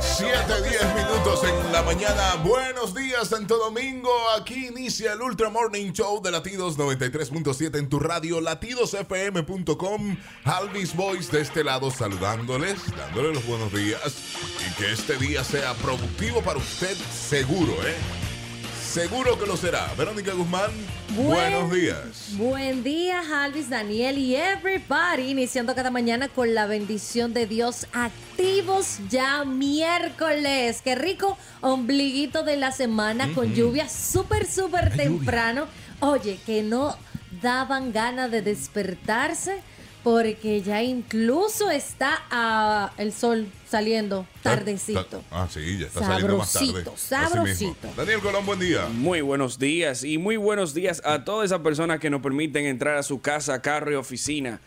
10 de 10 minutos en la mañana. Buenos días, Santo Domingo. Aquí inicia el Ultra Morning Show de Latidos 93.7 en tu radio, latidosfm.com. Alvis Boys de este lado saludándoles, dándoles los buenos días. Y que este día sea productivo para usted, seguro, ¿eh? Seguro que lo será. Verónica Guzmán, Buen- buenos días. Buen día, Alvis, Daniel y everybody. Iniciando cada mañana con la bendición de Dios. Activos ya miércoles. Qué rico ombliguito de la semana con lluvia súper, súper temprano. Oye, que no daban ganas de despertarse porque ya incluso está ah, el sol saliendo tardecito. Ah, sí, ya está saliendo más tarde. Sabrosito, Así mismo. sabrosito. Daniel Colón, buen día. Muy buenos días y muy buenos días a todas esas personas que nos permiten entrar a su casa, carro y oficina.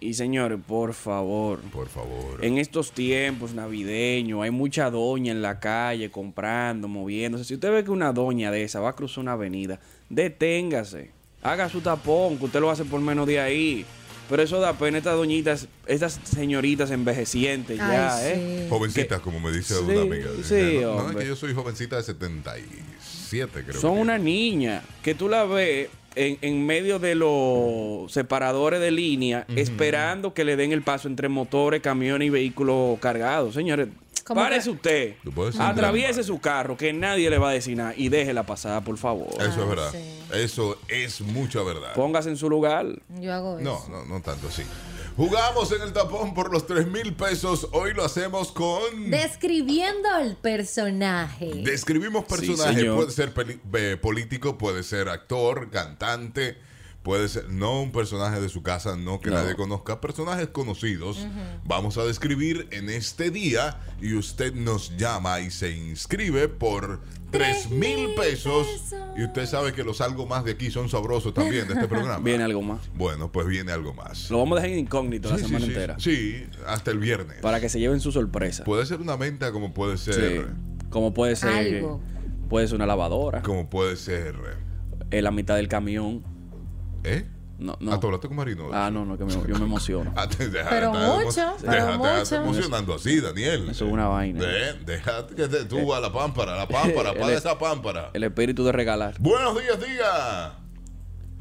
Y señores, por favor, Por favor. en estos tiempos navideños hay mucha doña en la calle comprando, moviéndose. Si usted ve que una doña de esa va a cruzar una avenida, deténgase, haga su tapón, que usted lo hace por menos de ahí. Pero eso da pena, estas doñitas, estas señoritas envejecientes ya, Ay, ¿eh? sí. Jovencitas, como me dice Sí, una amiga. Dice, sí, no, no, es hombre. que yo soy jovencita de 77, creo. Son que. una niña que tú la ves en, en medio de los separadores de línea, esperando que le den el paso entre motores, camiones y vehículos cargados. Señores, Como párese que- usted. Tú puedes ser Atraviese normal. su carro, que nadie le va a decir nada, y déjela pasar, por favor. Eso es verdad. Ah, sí. Eso es mucha verdad. Póngase en su lugar. Yo hago eso. No, no, no tanto así. Jugamos en el tapón por los 3 mil pesos. Hoy lo hacemos con. Describiendo el personaje. Describimos Sí, personajes. señor. puede ser peli- eh, político, puede ser actor, cantante. Puede ser, no un personaje de su casa, no que No. nadie conozca, personajes conocidos. Vamos a describir en este día y usted nos llama y se inscribe por 3 mil pesos. pesos. Y usted sabe que los algo más de aquí son sabrosos también de este programa. Viene algo más. Bueno, pues viene algo más. Lo vamos a dejar en incógnito la Sí, semana sí, sí. entera. Sí, hasta el viernes. Para que se lleven su sorpresa. Puede ser una menta, como puede ser. Sí. Como puede ser. Algo. Puede ser una lavadora. Como puede ser. En la mitad del camión. ¿Eh? No, no. Ah, tú hablaste con Marino. Ah, no, no, que me- yo me emociono. Ah, te- deja de Pero estar emo- mucho, deja pero de estar mucho. emocionando así, Daniel. Eso es una vaina. Eh, déjate que te tú a la pámpara, la pámpara, para Eh. El- esa pámpara. El espíritu de regalar. Buenos días, diga.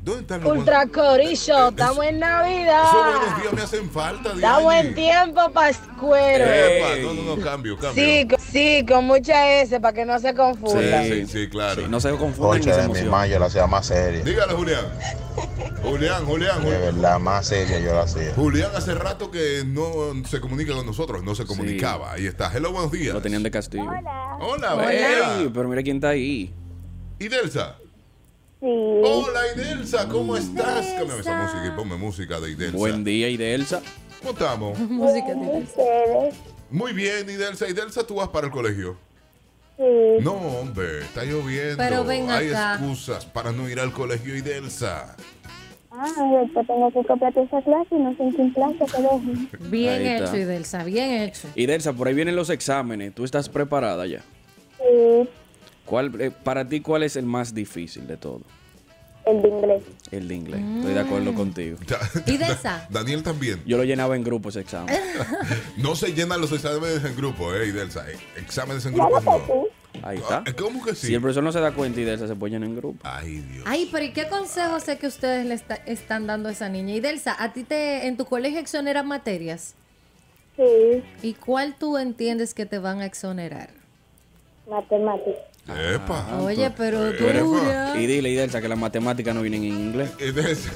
¿Dónde están los Ultra buenos- Corillo, Eso- estamos en Esos buenos Navidad. días me hacen falta, diga. Estamos en allí. tiempo, Pascuero. Epa, Ey. no, no, no, cambio, cambio. Sí, co- sí, con mucha S para que no se confundan. sí, sí, claro. no se confunden Concha ni se de mi emocionen. mamá, yo la hacía más seria. De Dígale, Julián. Julián, Julián, Julián. verdad, más seria yo la hacía. Julián hace rato que no se comunica con nosotros, no se comunicaba. Ahí está. Hello, buenos días. Ah, Lo tenían de castigo. Hola, Ey, Bea. pero mira quién está ahí. Idelsa. Sí, Hola, Idelsa, ¿cómo estás? Cámbiame esa Idelsa. música y ponme música de Idelsa. Buen día, Idelsa. ¿Cómo estamos? Música de ustedes. Muy bien, Idelsa. Idelsa, tú vas para el colegio. Sí, No, hombre, está lloviendo. Pero ven Hay acá. excusas para no ir al colegio, Idelsa. ah, después tengo que copiar toda esa clase y no sé en qué clase te dejan. Bien Ahí eh. está. hecho, Idelsa, bien hecho. Idelsa, por ahí vienen los exámenes. ¿Tú estás preparada ya? Sí, ¿Cuál, eh, para ti, ¿cuál es el más difícil de todo? el de inglés. El de inglés. Estoy de Mm. acuerdo contigo. Ya- Idelsa. Daniel también. Yo lo llenaba en grupo ese Pues examen. No se llenan los exámenes en grupo, eh, Idelsa. Eh, Exámenes en Claro grupo que no. sí. pues. Ahí está. Ah, ¿Cómo que sí? Si el profesor no se da cuenta, Idelsa se puede llenar en grupo. Ay, Dios. Ay, pero ¿y qué consejos sé que ustedes le esta- están dando a esa niña? Idelsa, ¿a ti te, en tu colegio exoneran materias? Sí, ¿Y cuál tú entiendes que te van a exonerar? matemáticas. Epa. Oye, pero Pero, dura. Ah, Y dile, Idelsa, que las matemáticas no vienen en inglés. Entonces,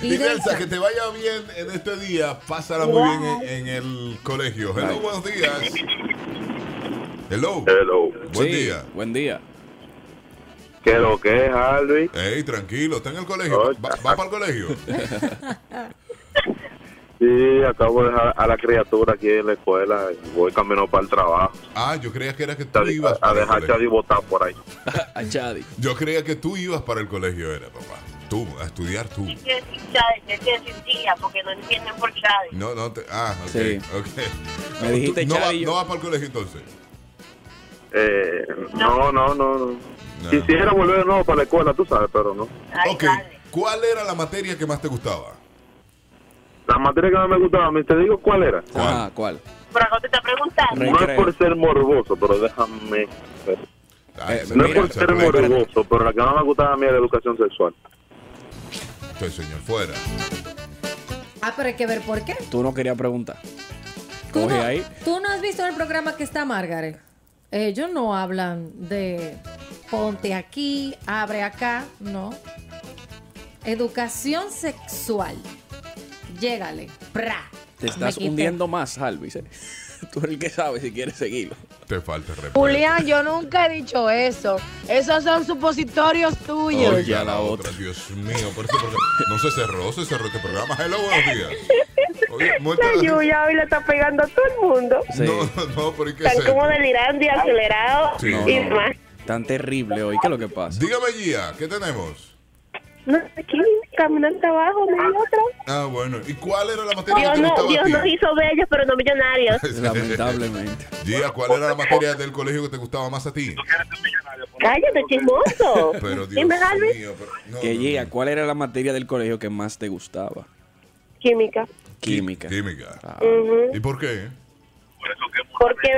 Y y Delsa, Delsa. que te vaya bien en este día. Pásala muy bien en, en el colegio. Hello, buenos días. Hello. Hello. Buen Sí, día. Buen día. ¿Qué lo que es, Alvin? Oh. Ey, tranquilo, está en el colegio. Va, va para el colegio. Sí, acabo de dejar a la criatura aquí en la escuela y voy camino para el trabajo. Ah, yo creía que era que tú A, ibas a para el dejar Chadi colegio. botar por ahí. A Chadi. Yo creía que tú ibas para el colegio, era papá. Tú, a estudiar tú. quiere decir Chávez, que quiere decir tía, porque no entienden por Chávez. No, no, te, ah, ok. Sí. ok. Me dijiste, no, va- Chadi, yo- no vas para el colegio entonces. Eh, no, no, no, no. No. Quisiera volver de nuevo para la escuela, tú sabes, pero no. Ay, ok, Chávez. ¿cuál era la materia que más te gustaba? La materia que más me gustaba, ¿me te digo cuál era? ¿Cuál? Ajá, ¿cuál? por acá te está preguntando. No es Recreo. por ser morboso, pero déjame. ver. Eh, Ah, ese No es mira, por ese ser fue. morboso, pero la que no me gustaba a mí era la educación sexual. Sí, señor, fuera. Ah, pero hay que ver por qué. Tú no querías preguntar. ¿Tú Coge no, ahí. tú no has visto el programa que está Margaret. Ellos no hablan de ponte aquí, abre acá, no. Educación sexual. Llégale. Pra. Te Ah, Me estás quité. hundiendo más, Alvis. ¿eh? Tú eres el que sabe si quieres seguirlo. Te falta el respeto. Julián, yo nunca he dicho eso. Esos son supositorios tuyos. Oye, Oye, a a la la otra. Dios mío, por eso, porque no se cerró, se cerró este programa. Hello, buenos días. Oye, muerta La la- lluvia hoy le está pegando a todo el mundo. Sí. No, no, no, pero ¿y qué es Están esto? como delirando y acelerados Sí. No, y no. demás. Tan terrible hoy. ¿Qué es lo que pasa? Dígame, Gia, ¿qué tenemos? No, aquí caminando abajo, no hay otro. Ah, bueno. ¿Y cuál era la materia Dios, que te no, gustaba Dios a nos ti? hizo bellos, pero no millonarios. Lamentablemente. Gia, ¿cuál era la materia del colegio que te gustaba más a ti? Cállate, chismoso. Pero Dios Dime, Alvin. mío, pero- no, Que no, Gia, no. ¿cuál era la materia del colegio que más te gustaba? Química. Química. Química. Ah, Ujú. ¿Y por qué? Porque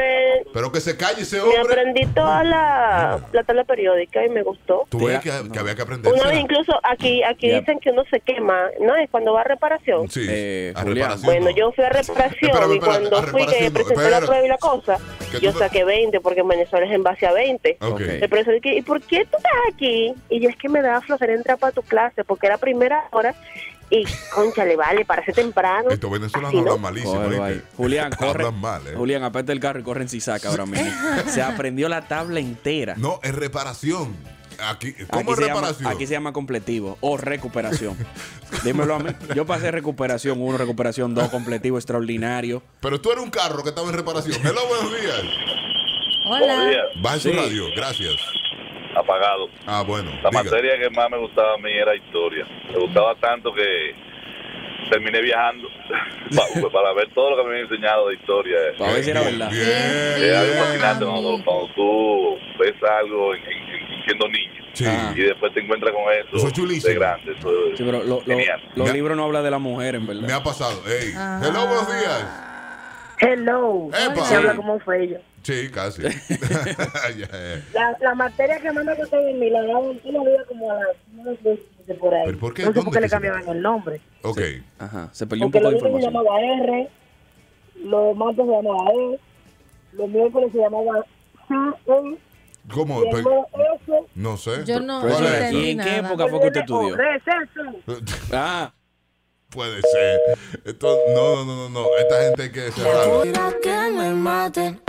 Pero que se calle ese me hombre. aprendí toda la, la tabla periódica y me gustó. Tú ves que, que había que aprender. Uno incluso aquí aquí Ya. dicen que uno se quema, ¿no? Es cuando va a reparación. Sí, Eh, a Julián. reparación. Bueno, no. yo fui a reparación Espérame, y espérame, cuando a fui que reparación no, presenté espérate. la prueba y la cosa, Que tú yo te- saqué 20 porque en Venezuela es en base a 20. Ok. El profesor dice, ¿y por qué tú estás aquí? Y yo es que me daba flojera entrar para tu clase porque era primera hora y, concha, le vale, parece temprano. Estos venezolanos Así, ¿no? hablan malísimo. Cógelo ¿oíste? ahí. Julián, corre. Hablan mal, ¿eh? Julián, apete el carro y corre en Sisaca ahora mismo. Se aprendió la tabla entera. No, es reparación. Aquí, Aquí ¿Cómo es se, llama, reparación? aquí se llama completivo o recuperación. Dímelo a mí. Yo pasé recuperación 1, recuperación 2, completivo extraordinario. Pero tú eres un carro que estaba en reparación. Hello, buenos días. Buenos Hola. días, Baja su Sí. radio, gracias. apagado. Ah, bueno. La diga. materia que más me gustaba a mí era historia. Me gustaba tanto que terminé viajando pa- pues, para ver todo lo que me habían enseñado de historia. Para ver si era verdad. Bien, Es algo Bien. fascinante cuando, cuando tú ves algo en, en- en- siendo niño Sí. Ah. y después te encuentras con eso. Eso es chulísimo. De grande. Eso es Sí, pero lo- lo- genial. los Me- libros no hablan de la mujer, en verdad. Me ha pasado. eh, Hey. Hello, buenos días. Hello. Epa. Se habla como feo. Sí, casi. Ya, eh. La, la materia que más me gustaba en mí la daban toda la vida como a las nueve de por ahí. ¿Pero por qué? No sé ¿Dónde por qué que le se- cambiaban el nombre. Ok. Ajá, se perdió un Porque poco lo de lunes se información. llamaba R, los martes se llamaba E, los miércoles se llamaba C, E, ¿Cómo? y el Pues, jueves S, no sé. Yo no- ¿Cuál yo es Profesora, entendí ¿Y en qué nada. época fue que usted o estudió? receso. esa? Ah, Puede ser. Esto, no, no, no, no, no. Esta gente hay que cerrarla.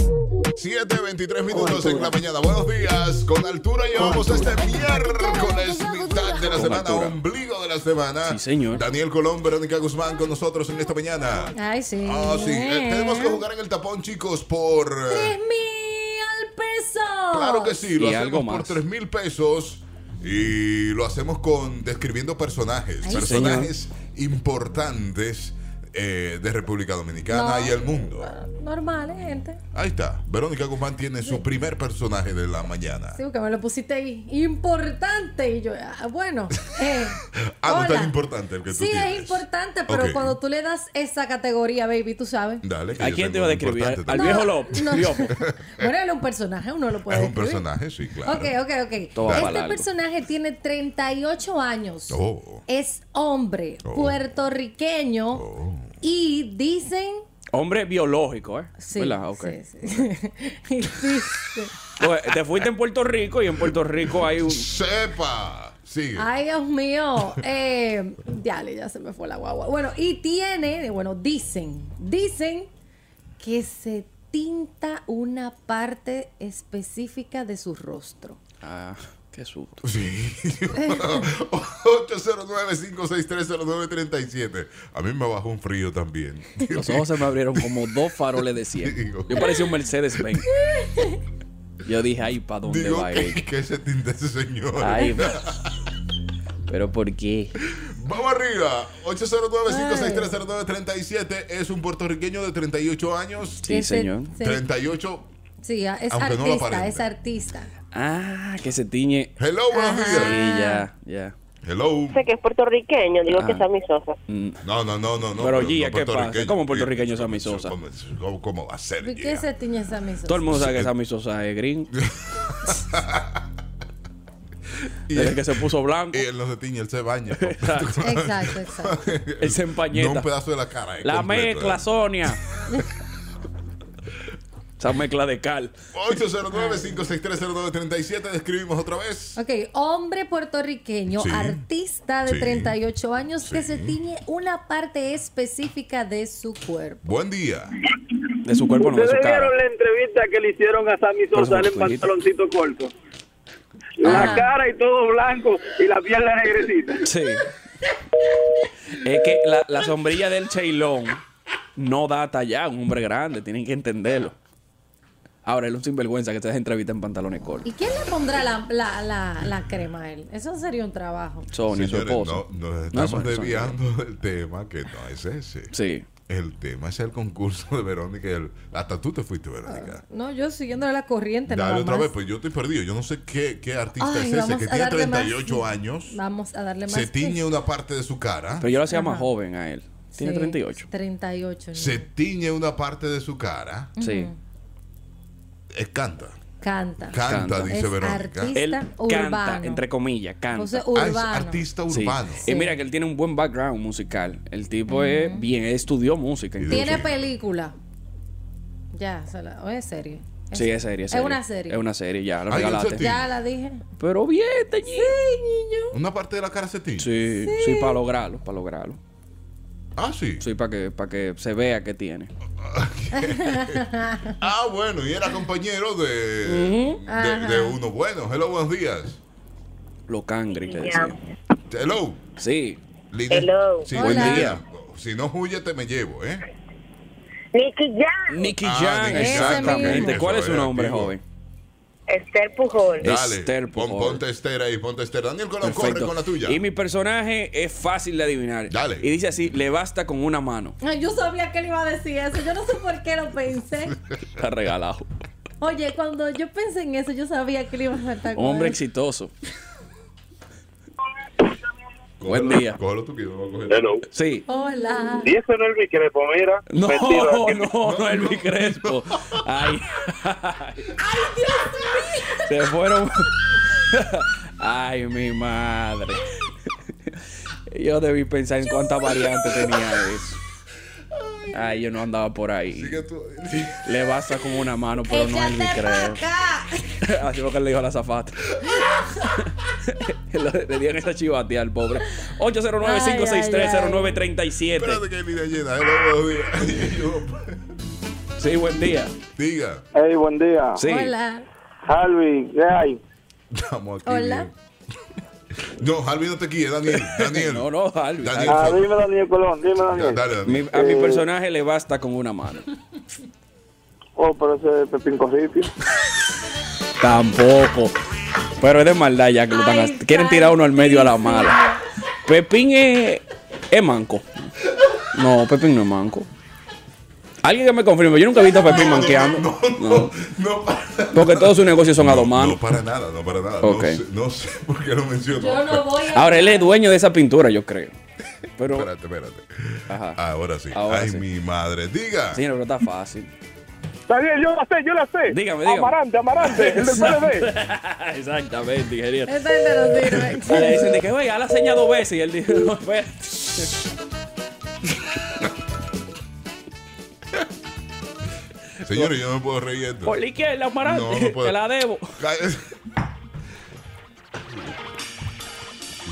7.23 minutos en la mañana. Buenos días. Con altura llevamos este miércoles, mitad de la Con semana, altura. ombligo de la semana. Sí, señor. Daniel Colón, Verónica Guzmán con nosotros en esta mañana. Ay, sí. Ah, sí. Eh, tenemos que jugar en el tapón, chicos, por... eh, Tres mil pesos. Claro que sí, lo Y hacemos algo por más. 3 mil pesos y lo hacemos con describiendo personajes, Ay, personajes importantes eh, de República Dominicana No. y el mundo. Normal, ¿eh, gente. Ahí está, Verónica Guzmán tiene su primer personaje de la mañana. Sí, porque me lo pusiste ahí. Importante. Y yo, ah, bueno. eh, Ah, no es tan hola. importante el que tú Sí, tienes. es importante, pero Ok. cuando tú le das esa categoría, baby, tú sabes. Dale, que ¿A yo quién te tengo va a uno describir? importante Al también. viejo López. No. Liopo. Bueno, él es un personaje, uno lo puede Es un describir. personaje, sí, claro. Ok, ok, ok. Todo va este para largo. personaje tiene 38 años. Oh. Es hombre, Oh. puertorriqueño Oh. y dicen... Hombre biológico, ¿eh? Sí, ¿Verdad? Ok. sí, sí. Y dice- Pues, te fuiste en Puerto Rico y en Puerto Rico hay un... Sepa. Sigue. Ay, Dios mío. Eh, dale, ya se me fue la guagua. Bueno, y tiene, bueno, dicen, dicen que se tinta una parte específica de su rostro. Ah, qué susto. Sí. 809-5630937. A mí me bajó un frío también. Los ojos se me abrieron como dos faroles de Sí, 100. digo. Yo parecía un Mercedes-Benz. Yo dije, ay, ¿para dónde Digo va que, él? que se tinte ese señor. Ay, pero- pero ¿por qué? Vamos arriba. 809-5630937. Es un puertorriqueño de 38 años. Sí, Que se- señor. se- 38. Sí, ah, es Aunque no lo artista, aparente. es artista. Ah, que se tiñe. Hello, buenos Ajá. días. Sí, ya, ya. Hello. Sé que es puertorriqueño, digo Ah. que es amistoso. No, no, no, no. no Pero, no Gia, ¿qué pasa? puertorriqueño. ¿Cómo puertorriqueño Sammy ¿Cómo- Sosa? ¿Cómo, cómo, cómo va a ser? ¿Y qué Gia? se tiñe esa misa? Todo el mundo sabe que Sammy Sosa es green. Y Desde él- que se puso blanco, y él no se tiñe, él se baña. Exacto, exacto. él se No un empañeta. pedazo de la cara. es La completo, mezcla, ¿eh? Sonia. Esa mezcla de cal. 809-56309-37. Describimos otra vez. Ok, hombre puertorriqueño, Sí. artista de Sí. 38 años que Sí. se tiñe una parte específica de su cuerpo. Buen día. De su cuerpo, no de su Ustedes cara. vieron la entrevista que le hicieron a Sammy Por Sosa él en supuesto, hijito. pantaloncito corto. La Ajá. cara y todo blanco y la pierna negrecita. Sí. Es que la, la sombrilla del Cheilón no da hasta allá, un hombre grande, tienen que entenderlo. Ahora, él es un sinvergüenza que te deja entrevistar en pantalones cortos. ¿Y quién le pondrá la, la, la, la crema a él? Eso sería un trabajo. Sonia, su Señores, esposo. no- nos No, estamos Sonia, Sonia. desviando del tema que no es ese. Sí. El tema es el concurso de Verónica. y el- hasta tú te fuiste, Verónica. No, yo siguiendo la corriente. Dale nada otra más. vez, pues yo estoy perdido. Yo no sé qué, qué artista Ay, es ese vamos que a tiene darle más. 38 años, Vamos a darle más. pues. se tiñe tiempo. una parte de su cara, Pero yo lo hacía más Ajá. joven a él. Tiene Sí, 38. 38. ¿no? se tiñe una parte de su cara, Sí. eh, canta. Canta. Canta, Canta. dice Es Verónica. artista. Él Urbano. canta, entre comillas, canta. O sea, Ah, es urbano. artista Sí. urbano. Sí. Y mira que él tiene un buen background musical. El tipo es bien, él estudió música. Y de- Tiene Sí. película. Ya, se la- o es serie. Sí, es serie, Es serie. una serie. Es una serie, ya, lo Ay, yo regalaste. sé ti- Ya la dije. Pero bien, teñido. Una parte de la cara se tiñe. Sí, sí, para lograrlo, para lograrlo. Ah, sí. Sí, para que, para que se vea que tiene. Ah, bueno, y era compañero de, de, de uno bueno. Hello, buenos días. Lo cangre que decía. Hello. Sí. Lidia- Hello. Sí, Hola. buen día. Si no huye, te me llevo, ¿eh? Nicky Jam, Nicky Ah, Jan, Nicky Jam exactamente. también. ¿Cuál es su Eso es, nombre, activo. joven? Esther Pujol. Dale. Esther, por pon, favor. ponte Esther ahí, ponte Esther. Daniel Colón, corre Perfecto. con la tuya. Y mi personaje es fácil de adivinar. Dale. Y dice así, le basta con una mano. Ay, yo sabía que él iba a decir eso. Yo no sé por qué lo pensé. Está regalado. Oye, cuando yo pensé en eso, yo sabía que él iba a saltar con Hombre eso. exitoso. Cógelo- buen día. Cógelo tú, que yo no voy a coger. Hello. Sí. Hola. Y eso no es mi crepo, mira. No, Mentira. no, no, Elvis Crespo. Ay. Dios mío. Se fueron. Ay, mi madre. Yo debí pensar en cuántas variantes tenía eso. Ay, yo no andaba por ahí. Sigue tú. Le basta con una mano, pero no es mi Échate para creo. acá. Así fue que le dijo a la zafata. le dieron esa chivatía al pobre. 809-563-0937. Espérate que Lidia llena. Hello, buenos días. Yo- Sí, buen día. Diga. Hey, buen día. Sí. Hola. Harvey, ¿qué hay? Estamos aquí. Hola. bien. No, Harvey no te quiere, Daniel. Daniel. No, no, Albi. Daniel. Ah, dime Daniel Colón, dime Da- Daniel. Dale, Mi- Daniel. a mi Eh. personaje le basta con una mano. Oh, pero ese es Pepín Corripio. Tampoco. Pero es de maldad ya que lo están Ay, haciendo. Quieren tirar uno al medio a la mala. Pepín es, es manco. No, Pepín no es manco. Alguien que me confirme. Yo nunca he visto a Pepín manqueando. No, No. no, no, para- Porque todos sus negocios son a dos no, manos. no, para nada, no para nada. Ah. Ok. No, sé, no sé por qué lo menciono. Yo no voy a. Ahora él es dueño de esa pintura, yo creo. Pero, Espérate, espérate. ajá. Ahora sí. Ahora Ay, sí. mi madre. Diga. Señor, pero está fácil. Daniel, yo la sé, yo la sé. Dígame, dígame. Amarante, amarante, el del PLD. Exactamente, ingeniero. Esta gente no sirve. Y Le dicen de que, oiga, la señal dos veces. Y él dijo, no, pues". espérate. Señores, yo no me puedo reír de esto. Por la izquierda, Amarante. No, no puedo. Te la debo. Cállese.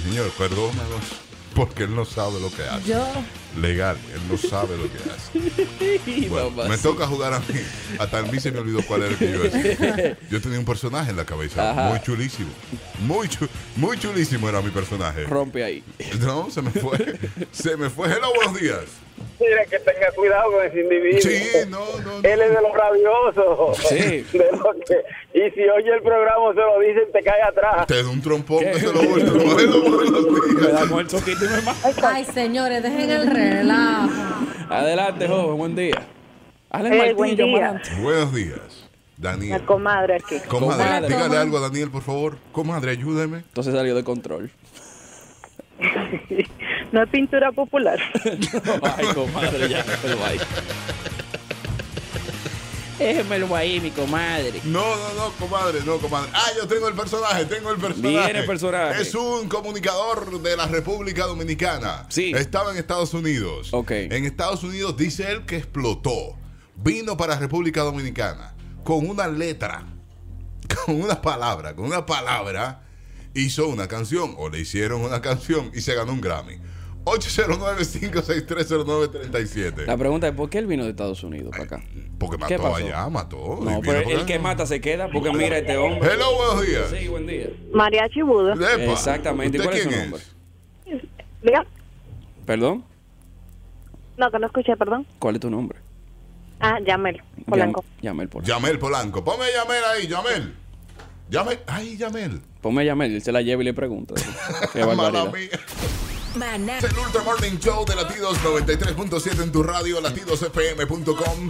Señor, perdónanos porque él no sabe lo que hace. Yo. Legal, él no sabe lo que hace. Y Bueno, papá, me sí. toca jugar a mí. Hasta a mí se me olvidó cuál era el que yo era. Yo tenía un personaje en la cabeza, Ajá. muy chulísimo. Muy, chu- muy chulísimo era mi personaje. Rompe ahí. No, se me fue. Se me fue. Hello, buenos días. Mira, que tenga cuidado con ese individuo. Sí, no, no. no. Él es de los rabiosos. Sí. De los que- y si oye el programa, se lo dicen, te cae atrás. Te da un trompón ¿Qué? que se lo vuelto. Hello, buenos Me días. da muerto quito y me mata. Ay, señores, dejen el relajo. Adelante, joven, buen día. Hazle el Eh, martillo, buen día. Amarante. Buenos días, Daniel. La comadre aquí. Comadre, Comadre. dígale algo a Daniel, por favor. Comadre, ayúdeme. Entonces salió de control. No es pintura popular. Ay, comadre, ya déjemelo ahí. Déjemelo ahí, mi comadre. No, no, no, comadre, no, comadre. Ah, yo tengo el personaje, tengo el personaje. Viene el personaje. Es un comunicador de la República Dominicana. Sí. Estaba en Estados Unidos. Ok. En Estados Unidos dice él que explotó. Vino para República Dominicana con una letra, con una palabra, con una palabra. Hizo una canción o le hicieron una canción y se ganó un Grammy. 809-56309-37. La pregunta es: ¿por qué él vino de Estados Unidos para acá? Porque ¿Qué mató pasó? allá, mató. y No, vino pero por el acá. que mata se queda, porque mira este hombre. Hello, buenos días. Sí, buen día. Mariachi Buda. Epa. Exactamente. ¿Y ¿Usted cuál es su quién nombre? Diga, ¿Perdón? no, que no escuché, perdón. ¿Cuál es tu nombre? Ah, llámelo. Polanco. Llamel Polanco. Yamel Polanco. Ponme a Yamel ahí, Yamel. Yamel. Ay, Yamel. Ponme a Yamel, él se la lleva y le pregunta. Qué barbaridad. Es el Ultra Morning Show de Latidos 93.7 en tu radio, latidosfm.com.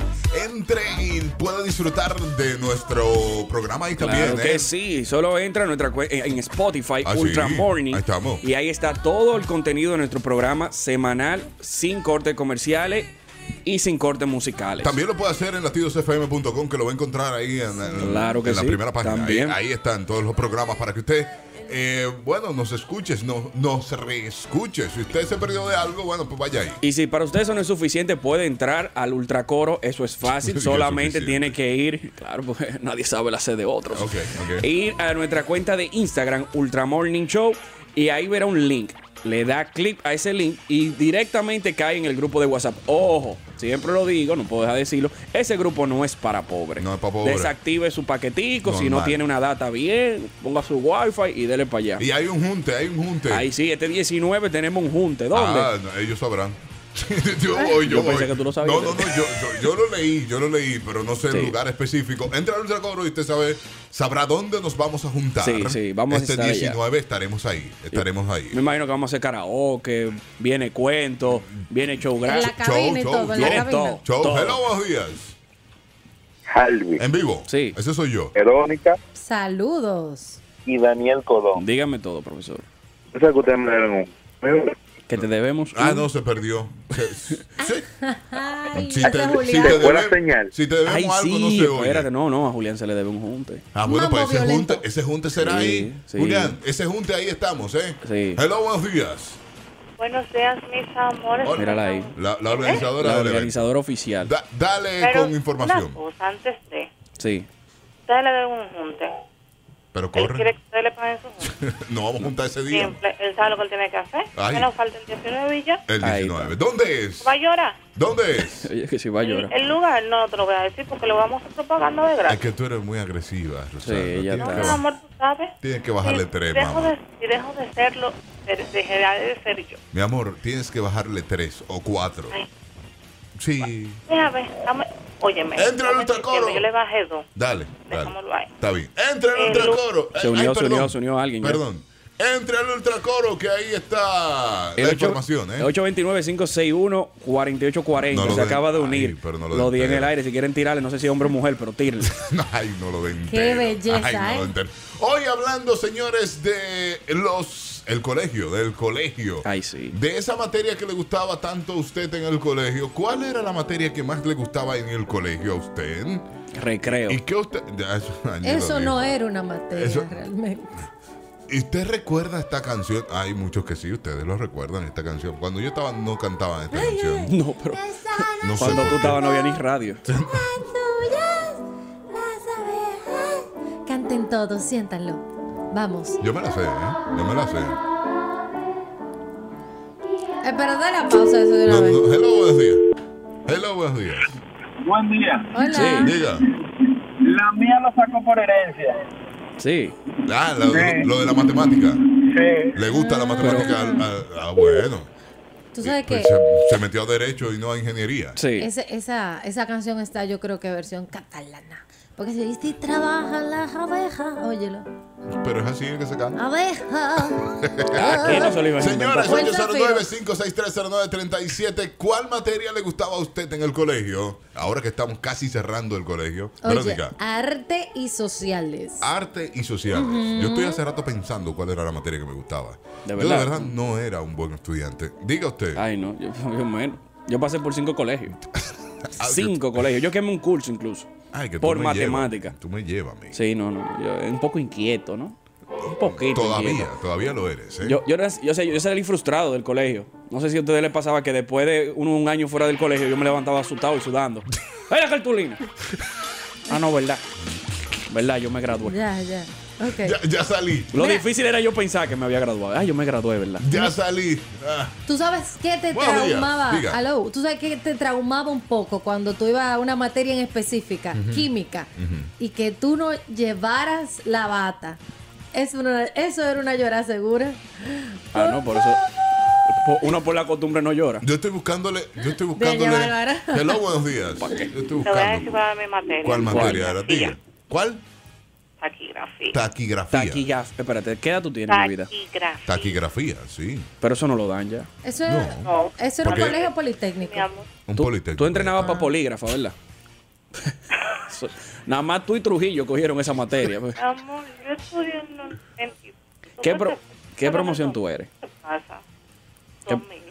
Entre y pueda disfrutar de nuestro programa y también. Claro ¿eh? que sí, solo entra en, nuestra, cue- en en Spotify Ah, sí, Ultra Morning ahí estamos. y ahí está todo el contenido de nuestro programa semanal sin cortes comerciales y sin cortes musicales. También lo puede hacer en latidosfm.com, que lo va a encontrar ahí en, en- Claro que en la sí, primera página. Ahí- también. Ahí, están todos los programas para que usted, eh, bueno, nos escuches, no, nos reescuche. Si usted se perdió de algo, bueno, pues vaya ahí. Y si para usted eso no es suficiente, puede entrar al ultracoro, eso es fácil, Es solamente suficiente. tiene que ir, claro, pues nadie sabe la sed de otros. Ok, ok. Ir a nuestra cuenta de Instagram, Ultra Morning Show, y ahí verá un link. Le da clic a ese link y directamente cae en el grupo de WhatsApp. Ojo, siempre lo digo, no puedo dejar de decirlo. Ese grupo no es para pobres. No es para pobres. Desactive su paquetico, si no Normal. tiene una data bien, ponga su wifi y dele para allá. Y hay un junte, hay un junte. Ahí sí, este 19 tenemos un junte. ¿Dónde? Ah, no, ellos sabrán. yo voy, Yo yo, pensé voy. que tú lo sabías. No, no, no, yo, yo- yo lo leí, yo lo leí, pero no sé el lugar específico. Entra al Ultra Coro y usted sabe, sabrá dónde nos vamos a juntar. Sí, sí, vamos a Este estar allá. 19 estaremos ahí, estaremos ahí. Me imagino que vamos a hacer karaoke, viene cuento, viene show grande. En la cabina y todo, en la Viene cabina. todo, Show, todo. hello, buenos días. En vivo. Sí. Ese soy yo. Verónica Saludos. y Daniel Codón. Dígame todo, profesor. O sea, que ustedes me deben un- Que te debemos. Ah, no, se perdió. Se- Ay, Si ese te- Julián. si te debe- Si te debemos Ay, algo, sí, no se oye. espérate, no, no, a Julián se le debe un junte. Ah, bueno, pues Mambo ese violento. junte, ese junte será Sí, ahí. sí. Julián, ese junte ahí estamos, ¿eh? Sí. Hello, buenos días. Buenos días, mis amores. Mírala ahí. La, la organizadora La del evento. organizadora oficial. Da- dale Pero con información. una cosa, antes de, Sí. ustedes le den un junte. Pero Él corre. quiere que ustedes le paguen su junte. no vamos a juntar ese día. Simple, él sabe lo que él tiene que hacer. Ay. Que nos falta el 19 y ya. El 19. ¿Dónde es? Va a llorar. ¿Dónde es? Ella que sí va a llorar. El lugar no te lo voy a decir porque lo vamos a estar pagando de Es gratis. que tú eres muy agresiva, Rosario. ella Tienes No, que mi bajar- amor, tú sabes. Tienes que bajarle Si tres, dejo, mamá. de, si dejo de serlo, de- dejaré de ser yo. Mi amor, tienes que bajarle tres o cuatro. Ay. Sí. Déjame, dame, óyeme. Entra al dame otro el coro. Yo le bajé dos. Dale, dale. Dejámoslo ahí. Está bien. Entra Eh, el Lu- ultracoro. Se Eh, unió, ay, se perdón. unió, se unió alguien. ya. Perdón. Entra el ultracoro, que ahí está El la ocho- información, ¿eh? 829-561-4840. No lo se den- acaba de ay, unir. pero no lo lo den di en el entero. aire. Si quieren tirarle, no sé si hombre o mujer, pero tírenle. Ay, no lo den. Qué belleza, Ay, no lo ¿eh? entero. Hoy hablando, señores, de los el colegio, del colegio. Ay, sí. De esa materia que le gustaba tanto a usted en el colegio, ¿cuál era la materia que más le gustaba en el colegio a usted? Recreo. ¿Y qué usted? ya, eso, Daniel Eso lo dijo. no era una materia Eso- realmente. ¿Y usted recuerda esta canción? Hay muchos que sí, ustedes lo recuerdan esta canción. Cuando yo estaba no cantaban esta canción. No, pero No sé cuando por tú qué. estabas no había ni radio. Canten todos, siéntanlo. Vamos. Yo me la sé, ¿eh? Yo me la sé. Espera, da la pausa eso de una No, vez. no, hello, buenos días. Hello, buenos días. Buen día. Hola. Diga. La mía lo sacó por herencia. Sí. Ah, lo, lo- lo de la matemática. Sí. Le gusta la matemática. al- al- Ah, bueno. ¿Tú sabes qué? Pues se, se metió a derecho y no a ingeniería. Ese- esa, esa canción está, yo creo que versión catalana. Porque se dice, trabajan las abejas. Óyelo. Pero es así el que se canta. Abeja. Ah, Aquí no se lo iban a inventar. Pues, Señores, Buen 809-56309-37. ¿Cuál materia le gustaba a usted en el colegio? Ahora que estamos casi cerrando el colegio. Oye, Verónica, arte y sociales. arte y sociales. Ujú. Yo estoy hace rato pensando cuál era la materia que me gustaba. Yo de verdad? verdad no era un buen estudiante. Diga usted. Ay, no, yo, yo menos. Yo pasé por cinco colegios. cinco colegios. Yo quemé un curso incluso. Ay, que tú por me matemática. llevas, tú me llevas, amigo. Sí, no, no. Yo, un poco inquieto, ¿no? Un poquito. Todavía, inquieto. todavía lo eres. ¿eh? Yo, yo, era- yo, sé- yo salí frustrado del colegio. No sé si a ustedes les pasaba que después de un, un año fuera del colegio yo me levantaba asustado y sudando. ¡Ay, la cartulina! ah, no, ¿verdad? ¿Verdad? Yo me gradué. Ya, ya. Ok. Ya, ya salí. Lo difícil era yo pensar que me había graduado. Ah, yo me gradué, ¿verdad? Ya salí. Ah, ¿Tú sabes qué te Buenos días, traumaba? diga. Aló, ¿Tú sabes qué te traumaba un poco cuando tú ibas a una materia en específica, Ujú. química, y que tú no llevaras la bata? Eso, no era- eso era una llora segura. Ah, no, por eso. po- Uno por la costumbre no llora. Yo estoy buscándole. Yo estoy buscándole- Bárbara. Hello, buenos días. Yo estoy Te voy a buscando. decir cuál era mi materia. ¿Cuál materia era Taquigrafía. tía? ¿Cuál? Taquigrafía. Taquigrafía. Taquigrafía. Espérate, ¿qué edad tú tienes, mi vida? Taquigrafía. Taquigrafía, sí. Pero eso no lo dan ya. Eso era, eso era un Porque- colegio politécnico. Un tú, politécnico. Tú entrenabas para polígrafa, ¿verdad? Eso- Nada más tú y Trujillo cogieron esa materia. pues. Amor, yo estudio en un centro. ¿Qué, pro- qué promoción tú eres? ¿Qué pasa? ¿Qué- Conmigo.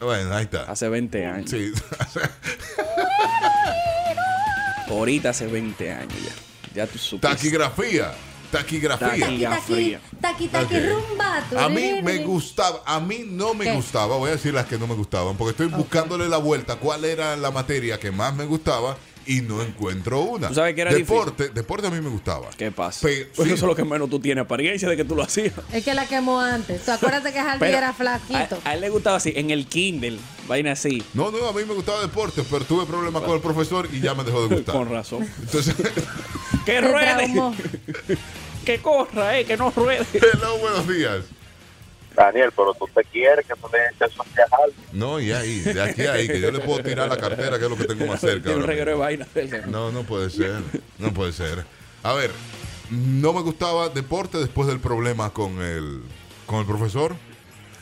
Bueno. ahí está. Hace 20 años. Sí. Ahorita hace 20 años ya. Ya tú supiste. Taquigrafía. Taquigrafía. Taqui, taqui, taqui, taqui, Ok. rumba. tu, A mí ri, me ri. gustaba, a mí no me ¿Qué? gustaba, voy a decir las que no me gustaban, porque estoy buscándole la vuelta cuál era la materia que más me gustaba y no encuentro una. ¿Tú sabes qué era deporte, deporte a mí me gustaba. ¿Qué pasa? Pues sí. Eso es lo que menos tú tienes apariencia de que tú lo hacías. Es que la quemó antes. Tú acuérdate que Hardy Pero- era A, ah, flaquito. a él le gustaba así, en el Kindle, vaina así. No, no, a mí me gustaba deporte, pero tuve problemas con el profesor y ya me dejó de gustar. Con razón. Entonces, ¡Que Te ruede! traumó. ¡Que corra, eh! ¡Que no ruede! hello, buenos días. Daniel, pero tú te quieres que tú le eches un viajar. No, y ahí, de aquí a ahí, que yo le puedo tirar la cartera, que es lo que tengo más cerca. Tiene un ahora reguero de mismo. vaina. No, no puede ser. No puede ser. A ver, no me gustaba deporte después del problema con el, con el profesor.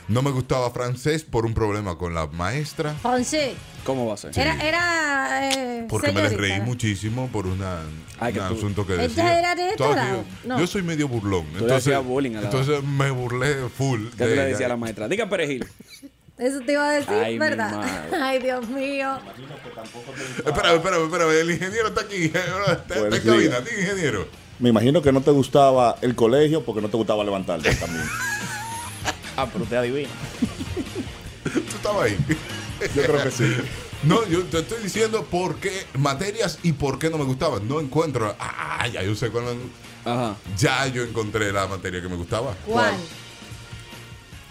No me gustaba francés por un problema con la maestra. Fonsi, ¿Cómo va a ser? Era, era eh, Porque me les señorita. reí muchísimo por una, un asunto que Ella decía. era de este Sabes que lado. yo, No. yo soy medio burlón. Tú le Entonces, hacías bullying a la- entonces me burlé full. ¿Qué tú le decías a la maestra? Diga perejil. Eso te iba a decir, Ay, mi ¿verdad? madre. Ay, Dios mío. Espérame, espérame, espérame. El ingeniero está aquí. Está, está en Buenos cabina. días. Diga, ingeniero. Me imagino que no te gustaba el colegio porque no te gustaba levantarte también. Ah, pero usted adivina. Tú estabas ahí. Yo creo que sí. No, yo te estoy diciendo por qué materias y por qué no me gustaban. No encuentro. Ah, ya yo sé cuál. me- Ya yo encontré la materia que me gustaba. ¿Cuál?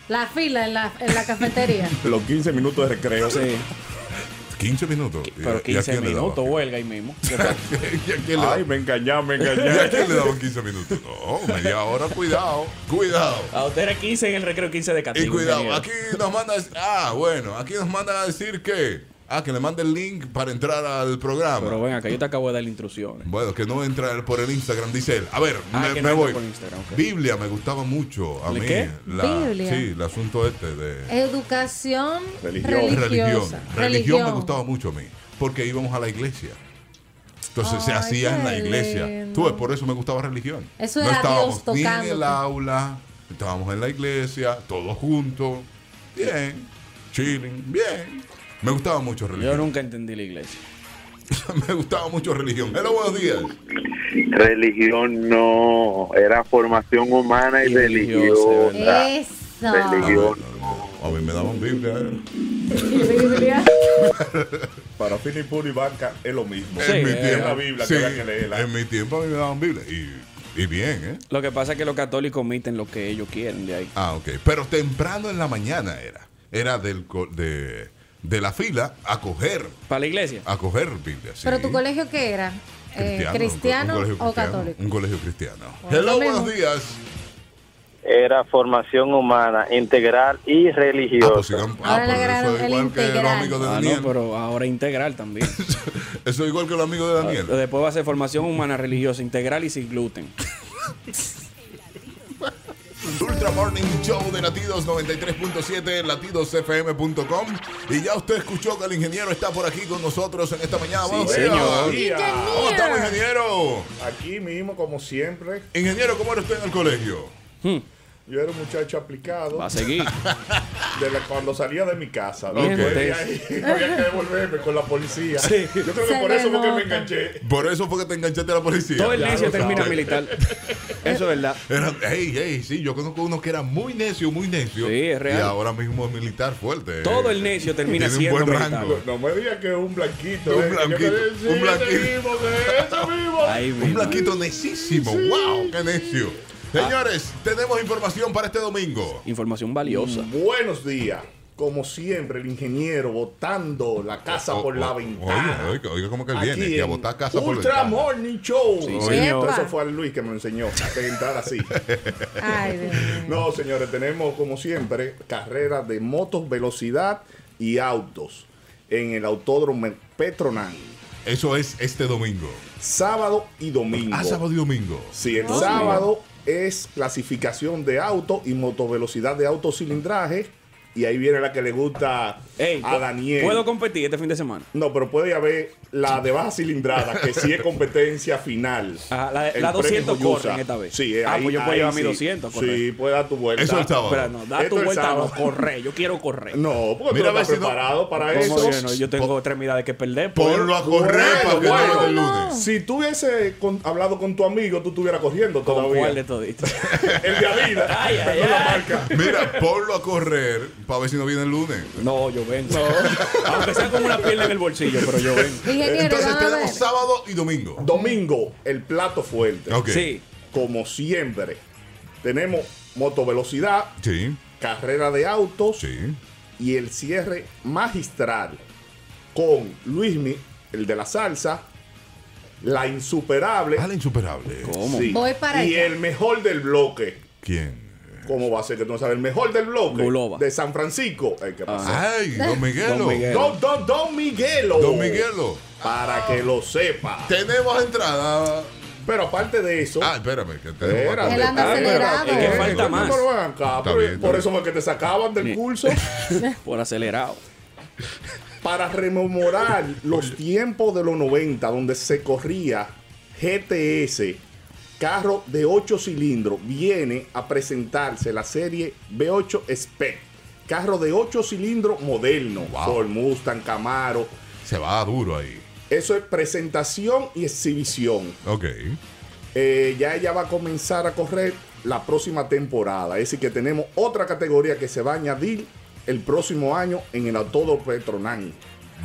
La fila en la, en la cafetería. Los 15 minutos de recreo. Sí. 15 minutos. Eh, Pero 15 minutos, huelga ahí mismo. Ay, me engañaron, me ¿Y a quién le engañaron. daban 15 minutos? No, media hora, pues. cuidado, cuidado. A usted era 15 en el recreo, 15 de castigo. Y cuidado, ingeniero. aquí nos manda a decir- ah, bueno, aquí nos manda a decir que, ah, que le mande el link para entrar al programa. Pero ven acá, yo te acabo de dar instrucciones. Bueno, que no entra por el Instagram, dice él. A ver, Ah, me, que me no entra voy. por Instagram, ok. Biblia me gustaba mucho a ¿La mí. qué? La, Biblia. Sí, el asunto este de Educación religión. religiosa. Religión. me gustaba mucho a mí, porque íbamos a la iglesia. Entonces se Ay, hacía en la qué iglesia. lindo. Tú ves, por eso me gustaba religión. Eso no era estábamos Dios ni en el tocándote. aula, estábamos en la iglesia, todos juntos. Bien, chilling, bien. Me gustaba mucho religión. Yo nunca entendí la iglesia. me gustaba mucho religión. Hello, buenos días. Religión no, era formación humana y religiosa. Eso. Religión. A mí me daban Biblia. eh. Biblia. Para Fini Puri Banca es lo mismo. en mi es tiempo, la Biblia sí, que había que leerla. en mi tiempo a mí me daban Biblia y, y bien, ¿eh? Lo que pasa es que los católicos omiten lo que ellos quieren de ahí. Ah, ok. Pero temprano en la mañana era. Era del co- de, de la fila a coger. ¿Para la iglesia? A coger Biblia, sí. ¿Pero tu colegio qué era? Eh, un co- ¿Cristiano, un colegio o católico? Un colegio cristiano. Bueno, Hello, lo mismo. buenos días. era formación humana, integral y religiosa. Ah, Ahora le agregaron el integral. Ah, no, pero ahora integral también. Ah, Eso es igual que los amigos de Daniel. Después va a ser formación humana, religiosa, integral y sin gluten. Ultra Morning Show de Latidos 93.7, latidosfm.com. Y ya usted escuchó que el ingeniero está por aquí con nosotros en esta mañana. Vamos, Sí, señor. Ingeniero. Ingeniero. ¿Cómo estamos, ingeniero? Aquí mismo, como siempre. Ingeniero, ¿cómo era usted en el colegio? Yo era un muchacho aplicado. Va a seguir. De la- cuando salía de mi casa. Bien, Después de usted. ahí, había que devolverme con la policía. Sí. Yo creo que Se por le eso fue que nota. me enganché. Por eso fue que te enganchaste a la policía. Todo el Ya necio lo termina sabes. militar. Eso es verdad. Era- ey, ey, sí, yo conozco uno que era muy necio, muy necio. Sí, es real. Y ahora mismo es militar fuerte. Todo el necio termina Tiene un siendo buen militar. rango. No me digas que un blanquito. Un eh, que yo blanquito, quedé, un sí, ese blanquito. mismo, que ese mismo. un blanquito necísimo. ¡Wow! ¡Qué necio! Señores, tenemos información para este domingo. Información valiosa. Buenos días. Como siempre, el ingeniero botando la casa por la ventana. Oiga, oiga, oiga cómo que él Aquí viene. Y a en botar casa por la Ultra ventana. Morning Show. Sí, Oye. señor. Eso fue a Luis que me lo enseñó a entrar así. Ay, Dios mío. No, señores, tenemos como siempre carreras de motos, velocidad y autos en el Autódromo Petronan. Eso es este domingo. Sábado y domingo. Ah, sábado y domingo. Sí, el Oh. sábado es clasificación de auto y motovelocidad de autocilindraje. Y ahí viene la que le gusta Ey, a Daniel. ¿Puedo competir este fin de semana? No, pero puede haber la de baja cilindrada, que sí es competencia final. Ah, la- El la 200 premio Joyusa. corren esta vez. Sí, Ah, ahí- pues yo puedo ahí llevar mi sí. 200 a correr. Sí, puede dar tu vuelta. Eso el sábado. Espera, no, da tu el vuelta, sábado. no, corre, yo quiero correr. No, porque Mira, tú no a ver estás si no- preparado para ¿Cómo eso. que no? yo tengo extremidades que perder. Ponlo a correr para que no lo lunes. Si tú hubieses con- hablado con tu amigo, tú estuvieras corriendo todavía. cuál de todito? el de Adidas. No la marca. Mira, ponlo a correr para ver si no viene el lunes. No, yo vengo. Aunque sea con una pierna en el bolsillo, pero yo vengo. Ingeniero, Entonces vamos a tenemos ver. sábado y domingo. Domingo, el plato fuerte. Ok. Sí. Como siempre, tenemos motovelocidad, Sí. carrera de autos y el cierre magistral con Luismi, el de la salsa, la insuperable. Ah, la insuperable. ¿Cómo? Voy para y allá. el mejor del bloque. ¿Quién? ¿Cómo va a ser que tú no sabes? El mejor del bloque. De San Francisco. Ay, ¿qué pasó? Ah. Ay, don Miguelo. Don, Don, don, don Miguelo. Don Miguelo. Para que lo sepa. Tenemos entrada. Pero aparte de eso. Ah, espérame, que tenemos Espérate. Él anda Ah, pero- acelerado. Es que eh, falta no, más. pero ven acá, Está pero- bien, está por bien. eso fue que te sacaban del Ni- curso. Por acelerado. para rememorar los tiempos de los 90, donde se corría GTS, carro de 8 cilindros, viene a presentarse la serie B8 Spec. Carro de 8 cilindros moderno. Ford Mustang, Camaro. Se va duro ahí. Eso es presentación y exhibición. Ok. Eh, ya ella va a comenzar a correr la próxima temporada. Es decir, que tenemos otra categoría que se va a añadir el próximo año en el Autodo Petronani.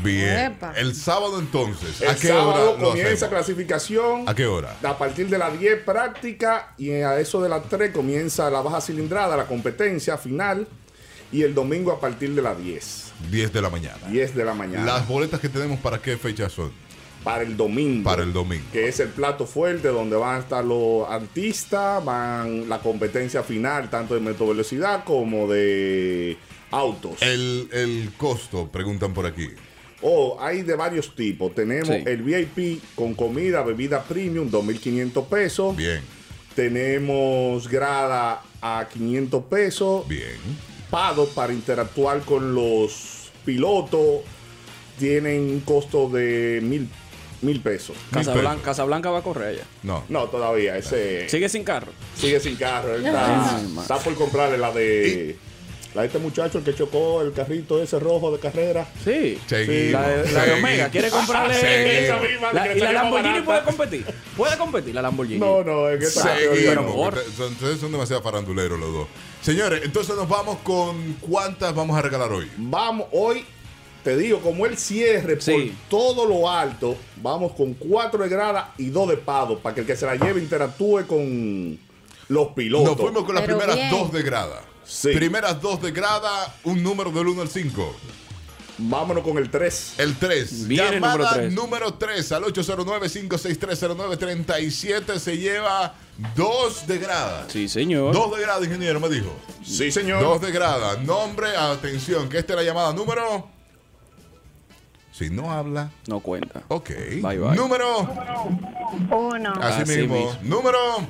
Bien. Epa. El sábado entonces. El ¿A qué sábado hora lo comienza hacemos? clasificación. ¿A qué hora? A partir de las 10 práctica y a eso de las 3 comienza la baja cilindrada, la competencia final. Y el domingo a partir de las 10. 10 de la mañana. 10 de la mañana. Las boletas que tenemos para qué fecha son? Para el domingo. Para el domingo. que es el plato fuerte donde van a estar los artistas, van la competencia final, tanto de velocidad como de autos. El, el costo, preguntan por aquí. O hay de varios tipos. Tenemos Sí. el VIP con comida, bebida premium, 2.500 pesos. Bien. Tenemos grada a 500 pesos. Bien. Pado para interactuar con los pilotos. Tienen un costo de mil, mil pesos. Casablanca, Casablanca va a correr allá. No. No, todavía. Ese Sigue sin carro. sigue sin carro. él Está, Ay, mi madre. está por comprarle la de. La de este muchacho, el que chocó el carrito ese rojo de carrera. Sí. Seguimos, La de, la de seguimos. Ah, Omega, quiere comprarle. Seguimos. Esa misma, la- y la que salió más Lamborghini barata. puede competir. Puede competir la Lamborghini. No, no, es que está- Pero por- Seguimos. porque te- son- Ustedes son demasiado faranduleros los dos. Señores, entonces nos vamos con cuántas vamos a regalar hoy. Vamos, hoy te digo, como el cierre por todo lo alto, vamos con cuatro de grada y dos de pado para que el que se la lleve interactúe con los pilotos. Nos fuimos con las Ah, primeras dos de grada. Primeras dos de grada, un número del 1 al 5. Vámonos con el 3. El 3. Viene el número Llamada tres. número 3 al 809-56309-37 se lleva dos de grada. Sí, señor. Dos de grada, ingeniero, me dijo. Sí, señor. Dos de grada. Nombre, atención, que esta es la llamada número. Si no habla. No cuenta. Ok. Bye, bye. Número. Uno. Así, Así mismo. mismo. Número. Oh.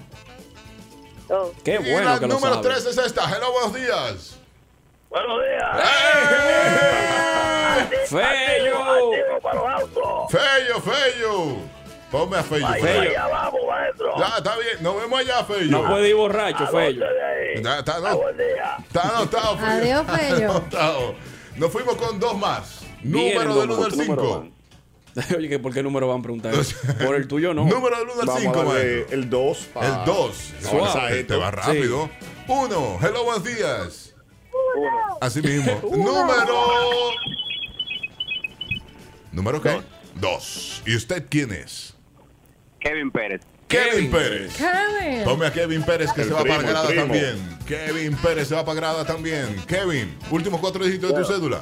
Dos. Qué y bueno la que lo número sabe. 3 es esta. Hello, buenos días. ¡Eh! Buenos días. ¡Eh! Fello. Fello, Fello. Ponme a Fello. Vaya, Fello. vaya, vamos, maestro. Ya, está bien. Nos vemos allá, Fello. No puede ir borracho, Ah, Fello. Ya, Está anotado. Está anotado, Fello. Adiós, Fello. Anotado. Nos fuimos con dos más. Viene Número el del 1 al número 5. van. Oye, que ¿por qué número van a preguntar? Por el tuyo no. Número del 1 al Vamos 5, a darle maestro. el 2. El 2. Te, te va rápido. 1. Hello, buenos días. Así mismo. Número. ¿Número qué? 2. ¿Y usted quién es? Kevin Pérez. Kevin Pérez. Kevin. Ponme a Kevin Pérez que El se va primo, para el grada primo. también. Kevin Pérez se va para grada también. Kevin, últimos cuatro dígitos de tu cédula.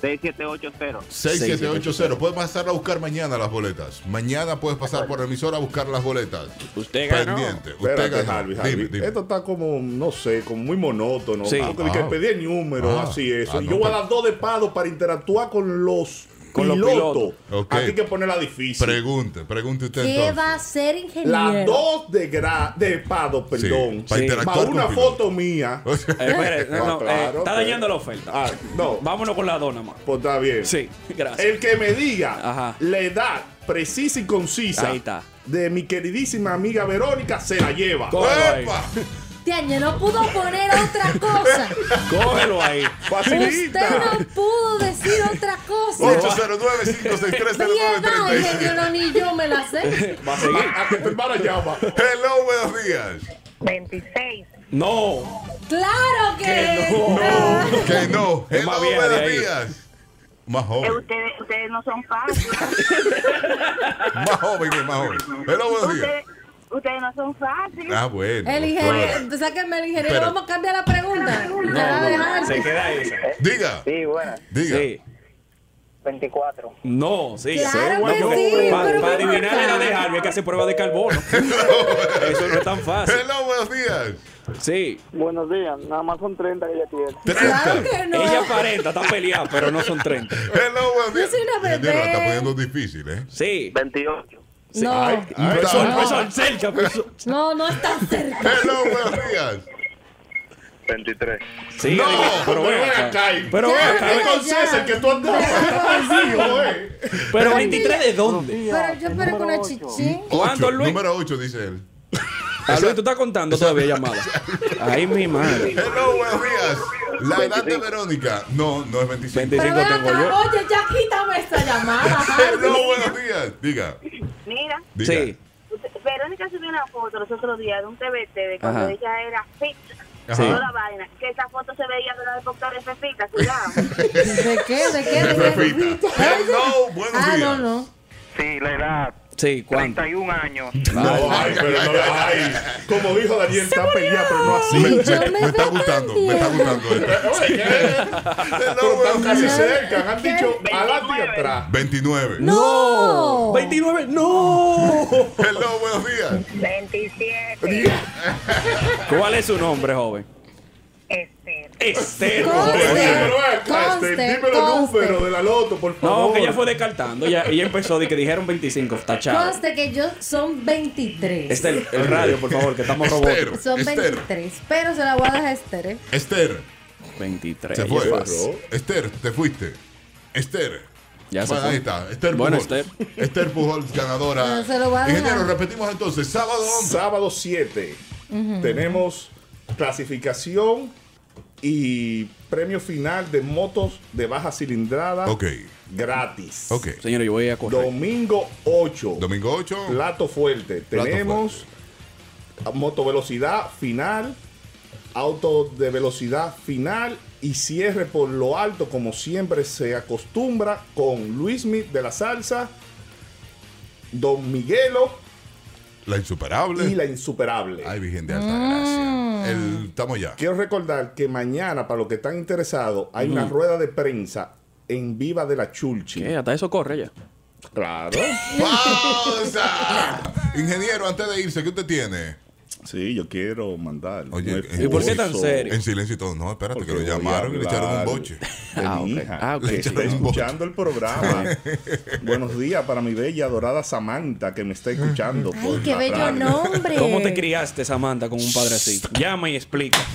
pues 6780. 6780. Puedes pasar a buscar mañana las boletas. Mañana puedes pasar por la emisora a buscar las boletas. Usted ganó. Pendiente. Usted Espérate, ganó. Harvey, Dime, Harvey. dime. Esto está como, no sé, como muy monótono. Sí. Ah, que- que Ah. pedí el número, Ah. así eso. Ah, Y no, yo voy a pero- dar dos de pado para interactuar con los Con los pilotos. Ok. Aquí hay que ponerla difícil. Pregunte, pregunte usted ¿Qué entonces. va a hacer, ingeniero? Las dos de, gra- de pado, perdón. para Más interactuar con una pilotos. foto mía. Eh, espere, no, no, Ah, eh, claro, está ok. dañando la oferta. Ah, no, Vámonos con la dona más. pues está bien. Sí, gracias. El que me diga Ajá. la edad precisa y concisa Ahí está. de mi queridísima amiga Verónica se la lleva. Cógelo ahí. ¡Epa! Diaño, no pudo poner otra cosa. Cógelo ahí. Usted Facilita. no pudo decir otra cosa. 809 Mierda, 563 ingeniero, ni yo me la sé. Va a seguir. A que tu Ah, hermana llama. Hello, buenos días. 26. No. ¡Claro que no. no! Que no. Es Hello, más vieja de buenos ahí. días. Más Eh, joven. ustedes, ustedes no son fáciles. Más joven que más joven. Hello, buenos días. ustedes, ustedes no son fáciles. Ah, bueno. El Bueno. ingeniero, sáquenme el ingeniero, Pero- vamos a cambiar la pregunta. Ya, dejar. Se queda esa. Eh, Diga, Sí, bueno, diga. Sí. 24. No, sí. Claro que no, sí, pero Para ven adivinar acá. la de Harvey hay que hacer prueba de carbono. Eso no es tan fácil. Hello, buenos días. Sí. Buenos días. Nada más Ah, son 30 que ya tiene. 30. Claro que no. Ella 40, están peleadas, pero no son 30. Hello, buenos días. soy una Ingeniero, la está bebé. poniendo difícil, ¿eh? Sí. 28. No, Ahí Eso está. no. empezó el cerca, pero eso- no, no es tan cerca. Hello, buenos días. 23. Sí, No, pero Pero ve ven acá. acá. Pero ve Ya, acá. ya. Entonces, el que tú andas perdido, eh. Pero 23 de dónde? Pero yo espero que una chichín. ¿Cuándo, Ocho, Luis? Número 8, dice él. Ah, Luis, tú estás contando todavía llamada. Ay, mi madre. Hello, buenos días. La edad de Verónica. No, no es 25. 25 Pero ven tengo acá, yo. oye, ya quítame esta llamada. Hello, Harvey. buenos días. Diga, Mira, diga. Sí. usted- Verónica subió una foto los otros días de un TBT de cuando Ajá. ella era fit. Ajá. Toda la vaina. Que esa foto se veía de la época de Fefita, cuidado. ¿De qué? ¿De qué? ¿De qué? Pepita. Hello, buenos Ah, no, días. no. Sí, la edad. Sí, ¿cuánto? 31 años. No, ay, pero no, ay. Como dijo Daniel, está peleado, pero no así. Ah, Me, Yo me- me me está veo gustando, me está gustando. esto. Hello, Pero están buenos casi días. cerca. Han dicho adelante y atrás. 29. No. 29, no. Hello, buenos días. 27. ¿Cuál es su nombre, joven? Este. Esther. Conste, Dímelo, eh, conste, este, Dímelo el conste. número de la loto, por No, favor. que ella fue descartando. Ella, ella empezó de que dijeron 25, tachado. Conste que yo son 23. Este el, el radio, por favor, que estamos Esther. robóticos. Son Esther. 23. Pero se la voy a dejar a Esther, ¿eh? Esther, 23. se ella fue. fácil. Esther, te fuiste. Esther. Ya se Bueno, fue. ahí está. Esther Bueno, Pujols. Esther. Esther Pujols, ganadora. No, se lo voy a dejar. Ingeniero, repetimos entonces. Sábado 11. Sábado 7 tenemos clasificación y premio final de motos de baja cilindrada Ok. gratis. Ok. Señores, yo voy a correr. Domingo 8, Domingo 8. plato fuerte. Plato tenemos motovelocidad final, auto de velocidad final y cierre por lo alto como siempre se acostumbra con Luismi de la Salsa, Don Miguelo La insuperable. y la insuperable. Ay, Virgen de Alta Gracia. el- estamos ya. Quiero recordar que mañana, para los que están interesados, hay una Ujú. rueda de prensa en Viva de la Chulchi. ¿Qué? Hasta eso corre ya. Claro. ¡Pausa! Ingeniero, antes de irse, ¿qué usted tiene? Sí, yo quiero mandar. Oye, un esposo. En silencio y todo. No, espérate, que lo Porque voy a llamaron y le echaron un hablar boche. de Ah, mi ok. hija. Ah, ok. Le echaron Sí. un boche. escuchando el programa. Buenos días para mi bella, adorada Samantha que me está escuchando. Ay, por qué la bello radio. nombre. ¿Cómo te criaste, Samantha, con un padre así? Llama y explica.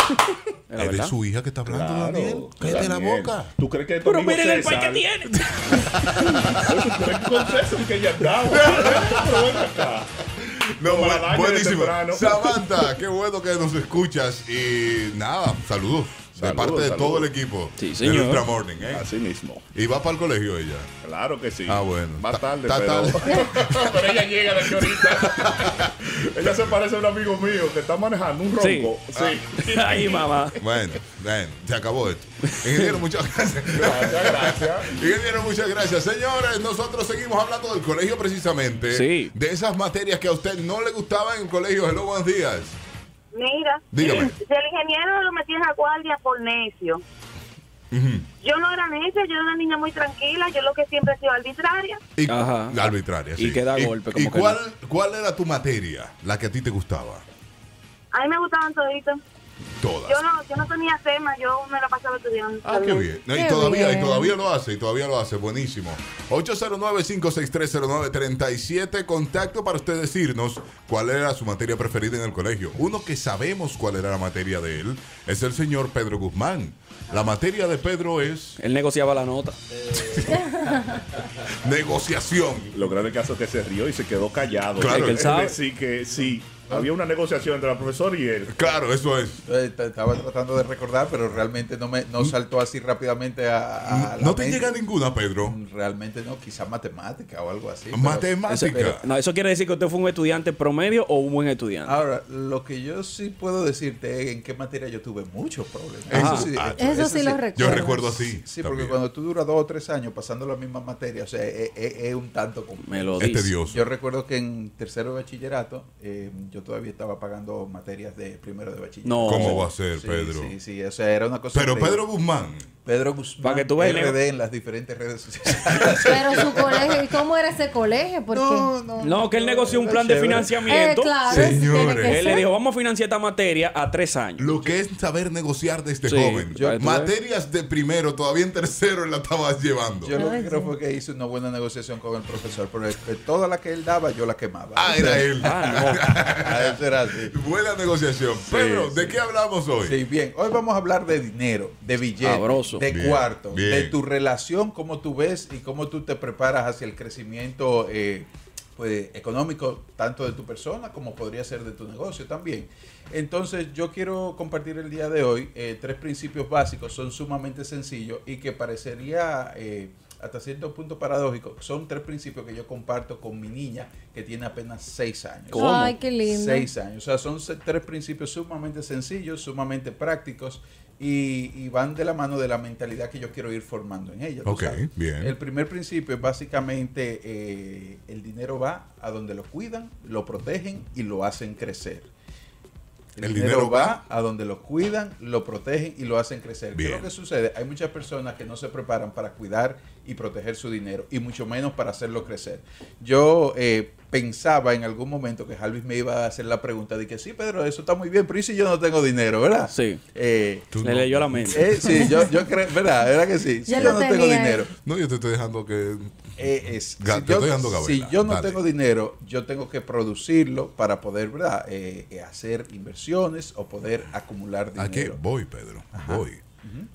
Es de su hija que está hablando, Daniel. Cállate la Daniel. boca. ¿Tú crees que tu Pero amigo miren el país César- que tiene. ¿Tú crees que con César que ella bravo? Pero ven acá. No, Como la bu- daña de buenísimo. temprano. Samantha, qué bueno que nos escuchas. Y nada, saludos. de Saludos, parte de saludos. todo el equipo. Sí, De señor. Ultra Morning, ¿eh? Así mismo. Y va para el colegio ella. Claro que sí. Ah, bueno. Más tarde, ta- pero... tarde. pero ella llega de aquí ahorita. ella se parece a un amigo mío que está manejando un Sí. ronco. Sí. Ay, mamá. Ah. Bueno, bueno, se acabó esto. Ingeniero, muchas gracias. Gracias, gracias. Ingeniero, muchas gracias. Señores, nosotros seguimos hablando del colegio precisamente. Sí. De esas materias que a usted no le gustaban en el colegio. Hello, buenos días. Mira, Dígame. si el ingeniero lo metía en la guardia por necio. Yo no era necia, yo era una niña muy tranquila, yo lo que siempre he sido arbitraria. Y, Arbitraria, sí. Y que da golpe, ¿Y como que cuál, cuál era tu materia, la que a ti te gustaba? A mí me gustaban toditos. Todas. Yo no, yo no tenía tema, yo me la pasaba estudiando. Ah, qué bien. No, y, Qué todavía, bien. y todavía lo hace, y todavía lo hace. Buenísimo. 809-56309-37. Contacto para usted decirnos cuál era su materia preferida en el colegio. Uno que sabemos cuál era la materia de él es el señor Pedro Guzmán. La materia de Pedro es Él negociaba la nota. negociación. Lo grande caso es que se rió y se quedó callado. Claro. Es Es que él sabe. decir, que sí, había una negociación entre la profesora y él. Claro, eso es. Eh, Mm. Estaba tratando de recordar, pero realmente no me no saltó así rápidamente a, a la No te mente. llega ninguna, Pedro. Realmente no, quizá matemática o algo así. pero- Eso, pero- no, eso quiere decir que usted fue un estudiante promedio o un buen estudiante. Ah. Ahora, lo que yo sí puedo decirte es en qué materia yo tuve muchos problemas. Ajá. Ah, eso sí lo recuerdo. Yo recuerdo así Sí, porque cuando tú duras dos o tres años pasando la misma materia, o sea, es, es- es un tanto complejo. Me lo Es dice. tedioso. Yo recuerdo que en tercero de bachillerato, eh, yo todavía estaba pagando materias de primero de bachillerato. No. ¿Cómo va a ser, Sí, Pedro? Sí, sí, o sea, era una cosa. Pero horrible. Pedro Guzmán. Pedro Guzmán. Para que tú veas, RD Leo. en las diferentes redes sociales. Pero su colegio, ¿y cómo era ese colegio? Porque No, que él negoció un plan de chévere. financiamiento. Eh, claro, eso tiene Señores. que Él le ser. dijo, vamos a financiar esta materia a tres años. Lo que es saber negociar desde Sí, joven. yo- Materias de primero, todavía en tercero la estabas llevando. Yo lo que creo fue que hice una buena negociación con el profesor, pero es que toda la que él daba, yo la quemaba. Ah, era él. Ah, eso era así. Buena negociación. Pedro, ¿de qué hablamos hoy? Sí, bien. Hoy vamos a hablar de dinero, de billetes, Sabroso. de Bien, cuarto, bien. de tu relación, cómo tú ves y cómo tú te preparas hacia el crecimiento eh, pues, económico, tanto de tu persona como podría ser de tu negocio también. Entonces, yo quiero compartir el día de hoy eh, tres principios básicos, son sumamente sencillos y que parecería eh, hasta cierto punto paradójico. Son tres principios que yo comparto con mi niña que tiene apenas seis años. ¿Cómo? Ay, qué lindo. Seis años. O sea, son se- tres principios sumamente sencillos, sumamente prácticos y, y van de la mano de la mentalidad que yo quiero ir formando en ella. tú Ok, sabes. bien. El primer principio es básicamente eh, el dinero va a donde lo cuidan, lo protegen y lo hacen crecer. El, El dinero, dinero va a donde lo cuidan, lo protegen y lo hacen crecer. ¿Qué es Bien. lo que sucede? Hay muchas personas que no se preparan para cuidar y proteger su dinero y mucho menos para hacerlo crecer. Yo eh, pensaba en algún momento que Jalvis me iba a hacer la pregunta de que sí, Pedro, eso está muy bien, pero ¿y si yo no tengo dinero, verdad? Sí. Tú Le no. leyó la mente. Eh, sí, yo, yo creo, ¿verdad? ¿Verdad que sí? Si Ya yo lo no tengo tenía ahí. dinero. No, yo te estoy dejando que. Eh, es- Ga- si te yo, estoy dando si gabela. yo no Dale. tengo dinero, yo tengo que producirlo para poder, ¿verdad? Eh, eh, hacer inversiones o poder acumular dinero. ¿A qué voy, Pedro? Voy.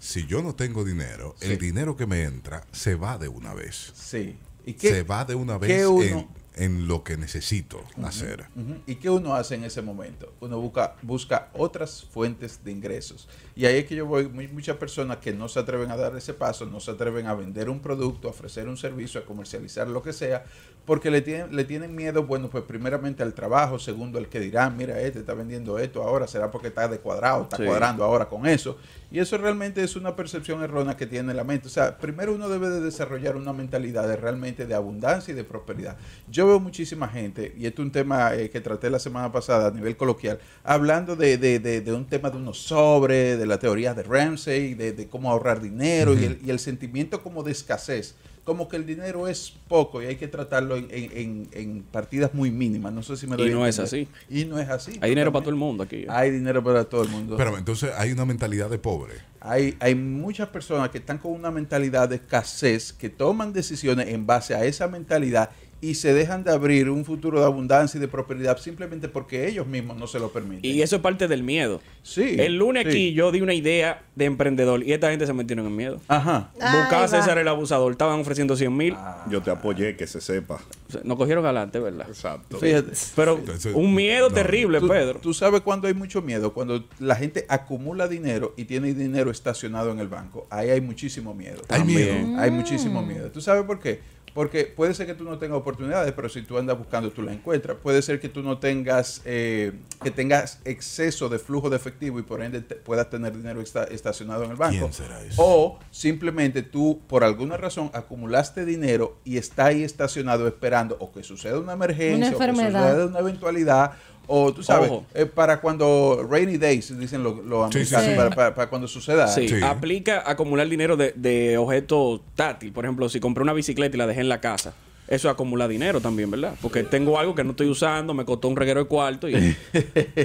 Si yo no tengo dinero, Sí. el dinero que me entra se va de una vez. Sí. ¿Y qué- se va de una qué vez en, uno- en lo que necesito hacer. Ujú. ¿Y qué uno hace en ese momento? Uno busca, busca otras fuentes de ingresos. Y ahí es que yo voy, muy- muchas personas que no se atreven a dar ese paso, no se atreven a vender un producto, a ofrecer un servicio, a comercializar lo que sea, porque le tienen, le tienen miedo, bueno, pues primeramente al trabajo, segundo al que dirán, mira, este está vendiendo esto ahora, será porque está de cuadrado, está Sí. cuadrando ahora con eso. Y eso realmente es una percepción errónea que tiene la mente. O sea, primero uno debe de desarrollar una mentalidad de realmente de abundancia y de prosperidad. Yo veo muchísima gente, y este es un tema eh, que traté la semana pasada a nivel coloquial, hablando de, de- de- de un tema de unos sobres, de la teoría de Ramsey, de, de cómo ahorrar dinero y, el, y el sentimiento como de escasez. Como que el dinero es poco y hay que tratarlo en, en- en- en partidas muy mínimas. No sé si me lo Y no es así. Y no es así. Hay dinero para totalmente. todo el mundo aquí. Hay dinero para todo el mundo. Pero entonces hay una mentalidad de pobre. Hay, hay muchas personas que están con una mentalidad de escasez, que toman decisiones en base a esa mentalidad y se dejan de abrir un futuro de abundancia y de prosperidad simplemente porque ellos mismos no se lo permiten. Y eso es parte del miedo. Sí. El lunes sí. aquí yo di una idea de emprendedor y esta gente se metieron en miedo. Ajá. Buscaba Ahí a va. César el abusador, estaban ofreciendo 100 mil. Yo te apoyé, que se sepa. Nos cogieron galante, ¿verdad? Exacto. Fíjate. Pero un miedo No. terrible, Tú- Pedro. Tú sabes cuando hay mucho miedo, cuando la gente acumula dinero y tiene dinero estacionado en el banco, ahí hay muchísimo miedo. Hay También. miedo. Hay Mm. muchísimo miedo. ¿Tú sabes por qué? Porque puede ser que tú no tengas oportunidades, pero si tú andas buscando, tú las encuentras. Puede ser que tú no tengas, eh, que tengas exceso de flujo de efectivo y por ende te- puedas tener dinero esta- estacionado en el banco. ¿Quién será eso? O simplemente tú, por alguna razón, acumulaste dinero y está ahí estacionado esperando o que suceda una emergencia, Una o que enfermedad. suceda una eventualidad, o tú sabes, Ojo. eh, para cuando rainy days, dicen los los Sí, sí, americanos, sí. Para, para- para cuando suceda. Sí. Ah, Aplica acumular dinero de, de objetos táctil. Por ejemplo, si compré una bicicleta y la dejé en la casa. Eso acumula dinero también, ¿verdad? Porque tengo algo que no estoy usando, me costó un reguero de cuarto y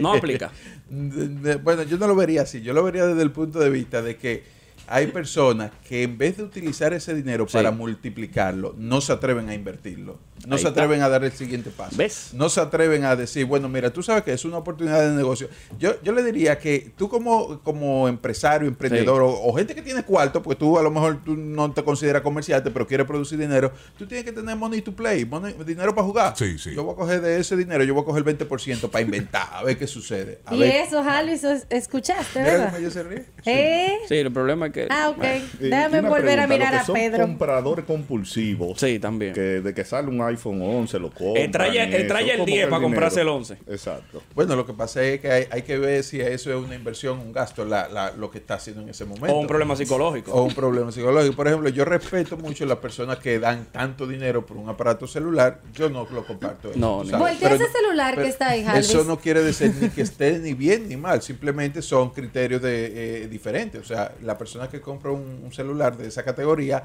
no aplica. De- de- Bueno, yo no lo vería así, yo lo vería desde el punto de vista de que hay personas que en vez de utilizar ese dinero Sí. para multiplicarlo, no se atreven a invertirlo. No Ahí se está. atreven a dar el siguiente paso. No se atreven a decir, bueno, mira, tú sabes que es una oportunidad de negocio. Yo, yo le diría que tú como, como empresario, emprendedor Sí. o, o gente que tiene cuarto, porque tú a lo mejor tú no te consideras comerciante, pero quieres producir dinero, tú tienes que tener money to play, money- dinero para jugar. Yo voy a coger de ese dinero, yo voy a coger el 20% para inventar, a ver qué sucede. A Y ver. eso, Alvis, es- escuchaste, Mira ¿verdad? cómo ella se ríe. ¿Eh? Sí, el problema es que. Ah, ok. Bueno. Y- Déjame Eh, y una volver a pregunta, mirar los que a son Pedro. compradores compulsivos. Sí, también. Que de que sale un iPhone 11 lo compran. Eh, trae- y eh, eso, trae el como 10 que para comprarse dinero- el 11. Exacto. Bueno, lo que pasa es que hay, hay que ver si eso es una inversión, un gasto, la- la- lo que está haciendo en ese momento. O un problema psicológico. O un problema psicológico. Por ejemplo, yo respeto mucho las personas que dan tanto dinero por un aparato celular. Yo no lo comparto. eso, No, tú ni- sabes. Voltea Pero- ese celular pero que está ahí, Jalvis. Eso no quiere decir ni que esté ni bien ni mal. Simplemente son criterios de, eh, diferentes. O sea, la persona que compra un, un celular de esa categoría.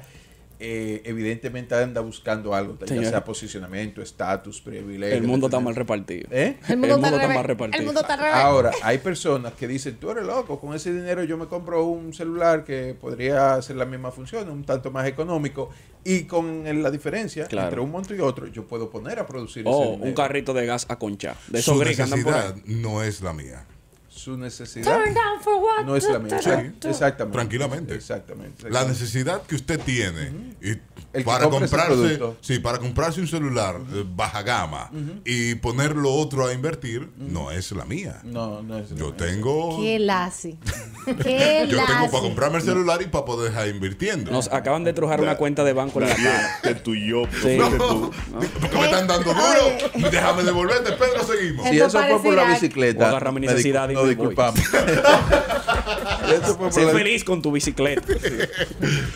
eh, evidentemente anda buscando algo, ya Señor. sea posicionamiento, estatus, privilegio. El mundo está etcétera. mal repartido. ¿Eh? El mundo El está mundo al está revés. mal repartido. El mundo está al revés. Ahora, hay personas que dicen, tú eres loco, con ese dinero yo me compro un celular que podría hacer la misma función, un tanto más económico, y con el- la diferencia Claro. Oh, entre un monto y otro, yo puedo poner a producir O ese un dinero. carrito de gas a concha. De esos Su gris que andan por ahí. necesidad no es la mía. Su necesidad Turn down for what? no es la mía. Sí. Exactamente. Tranquilamente. Exactamente. La necesidad que usted tiene y El que para compre ese comprarse, producto. sí, para comprarse un celular eh, baja gama Ujú. y ponerlo otro a invertir no es la mía. No, no es. Yo tengo Qué lazi. Qué yo tengo para lazi. comprarme el celular y para poder dejar invirtiendo. Nos acaban de trojar una cuenta de banco en la cara. Que tú y yo. Sí. Porque me están dando eh, duro. Déjame devolverte, Pedro, seguimos. Si eso fue por la Voy a bicicleta, agarrar mi me necesidad discul- y no me disculpamos. Sé feliz con tu bicicleta.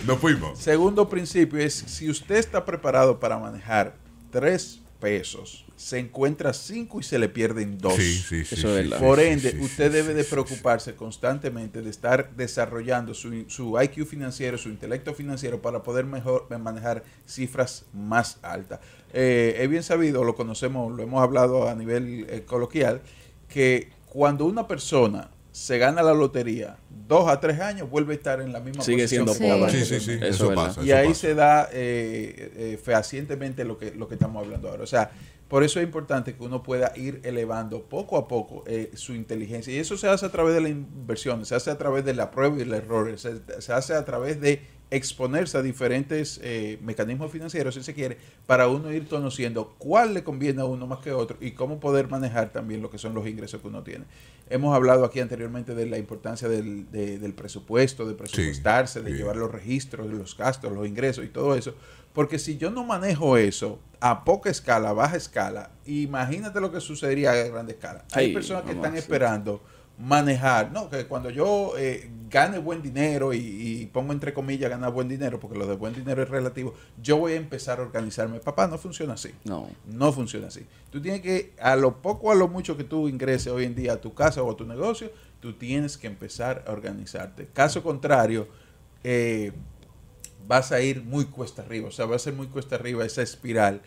Nos fuimos. Segundo principio es si usted está preparado para manejar tres pesos, se encuentra cinco y se le pierden dos. Sí, sí, sí, Eso sí, es verdad. Por sí, ende, sí, usted debe de preocuparse constantemente de estar desarrollando su, su IQ financiero, su intelecto financiero para poder mejor manejar cifras más altas. Eh, es bien sabido, lo conocemos, lo hemos hablado a nivel eh, coloquial, que cuando una persona se gana la lotería, dos a tres años vuelve a estar en la misma Sigue posición siendo que estaba pobre. antes. Sí, sí, sí, Eso eso es verdad. pasa, Y eso ahí pasa. se da eh, eh, fehacientemente lo que, lo que estamos hablando ahora. O sea, por eso es importante que uno pueda ir elevando poco a poco eh, su inteligencia. Y eso se hace a través de la inversión, se hace a través de la prueba y el error, se, se hace a través de exponerse a diferentes eh, mecanismos financieros, si se quiere, para uno ir conociendo cuál le conviene a uno más que a otro y cómo poder manejar también lo que son los ingresos que uno tiene. Hemos hablado aquí anteriormente de la importancia del, de- del presupuesto, de presupuestarse, de llevar los registros, de los gastos, los ingresos y todo eso. Porque si yo no manejo eso a poca escala, a baja escala, imagínate lo que sucedería a grande escala. Hay Sí, personas que no están más, sí. esperando manejar, ¿no? Que cuando yo eh, gane buen dinero y, y pongo entre comillas ganar buen dinero, porque lo de buen dinero es relativo, yo voy a empezar a organizarme. Papá, no funciona así. No. No funciona así. Tú tienes que, a lo poco a lo mucho que tú ingreses hoy en día a tu casa o a tu negocio, tú tienes que empezar a organizarte. Caso contrario, eh, vas a ir muy cuesta arriba, o sea, va a ser muy cuesta arriba esa espiral,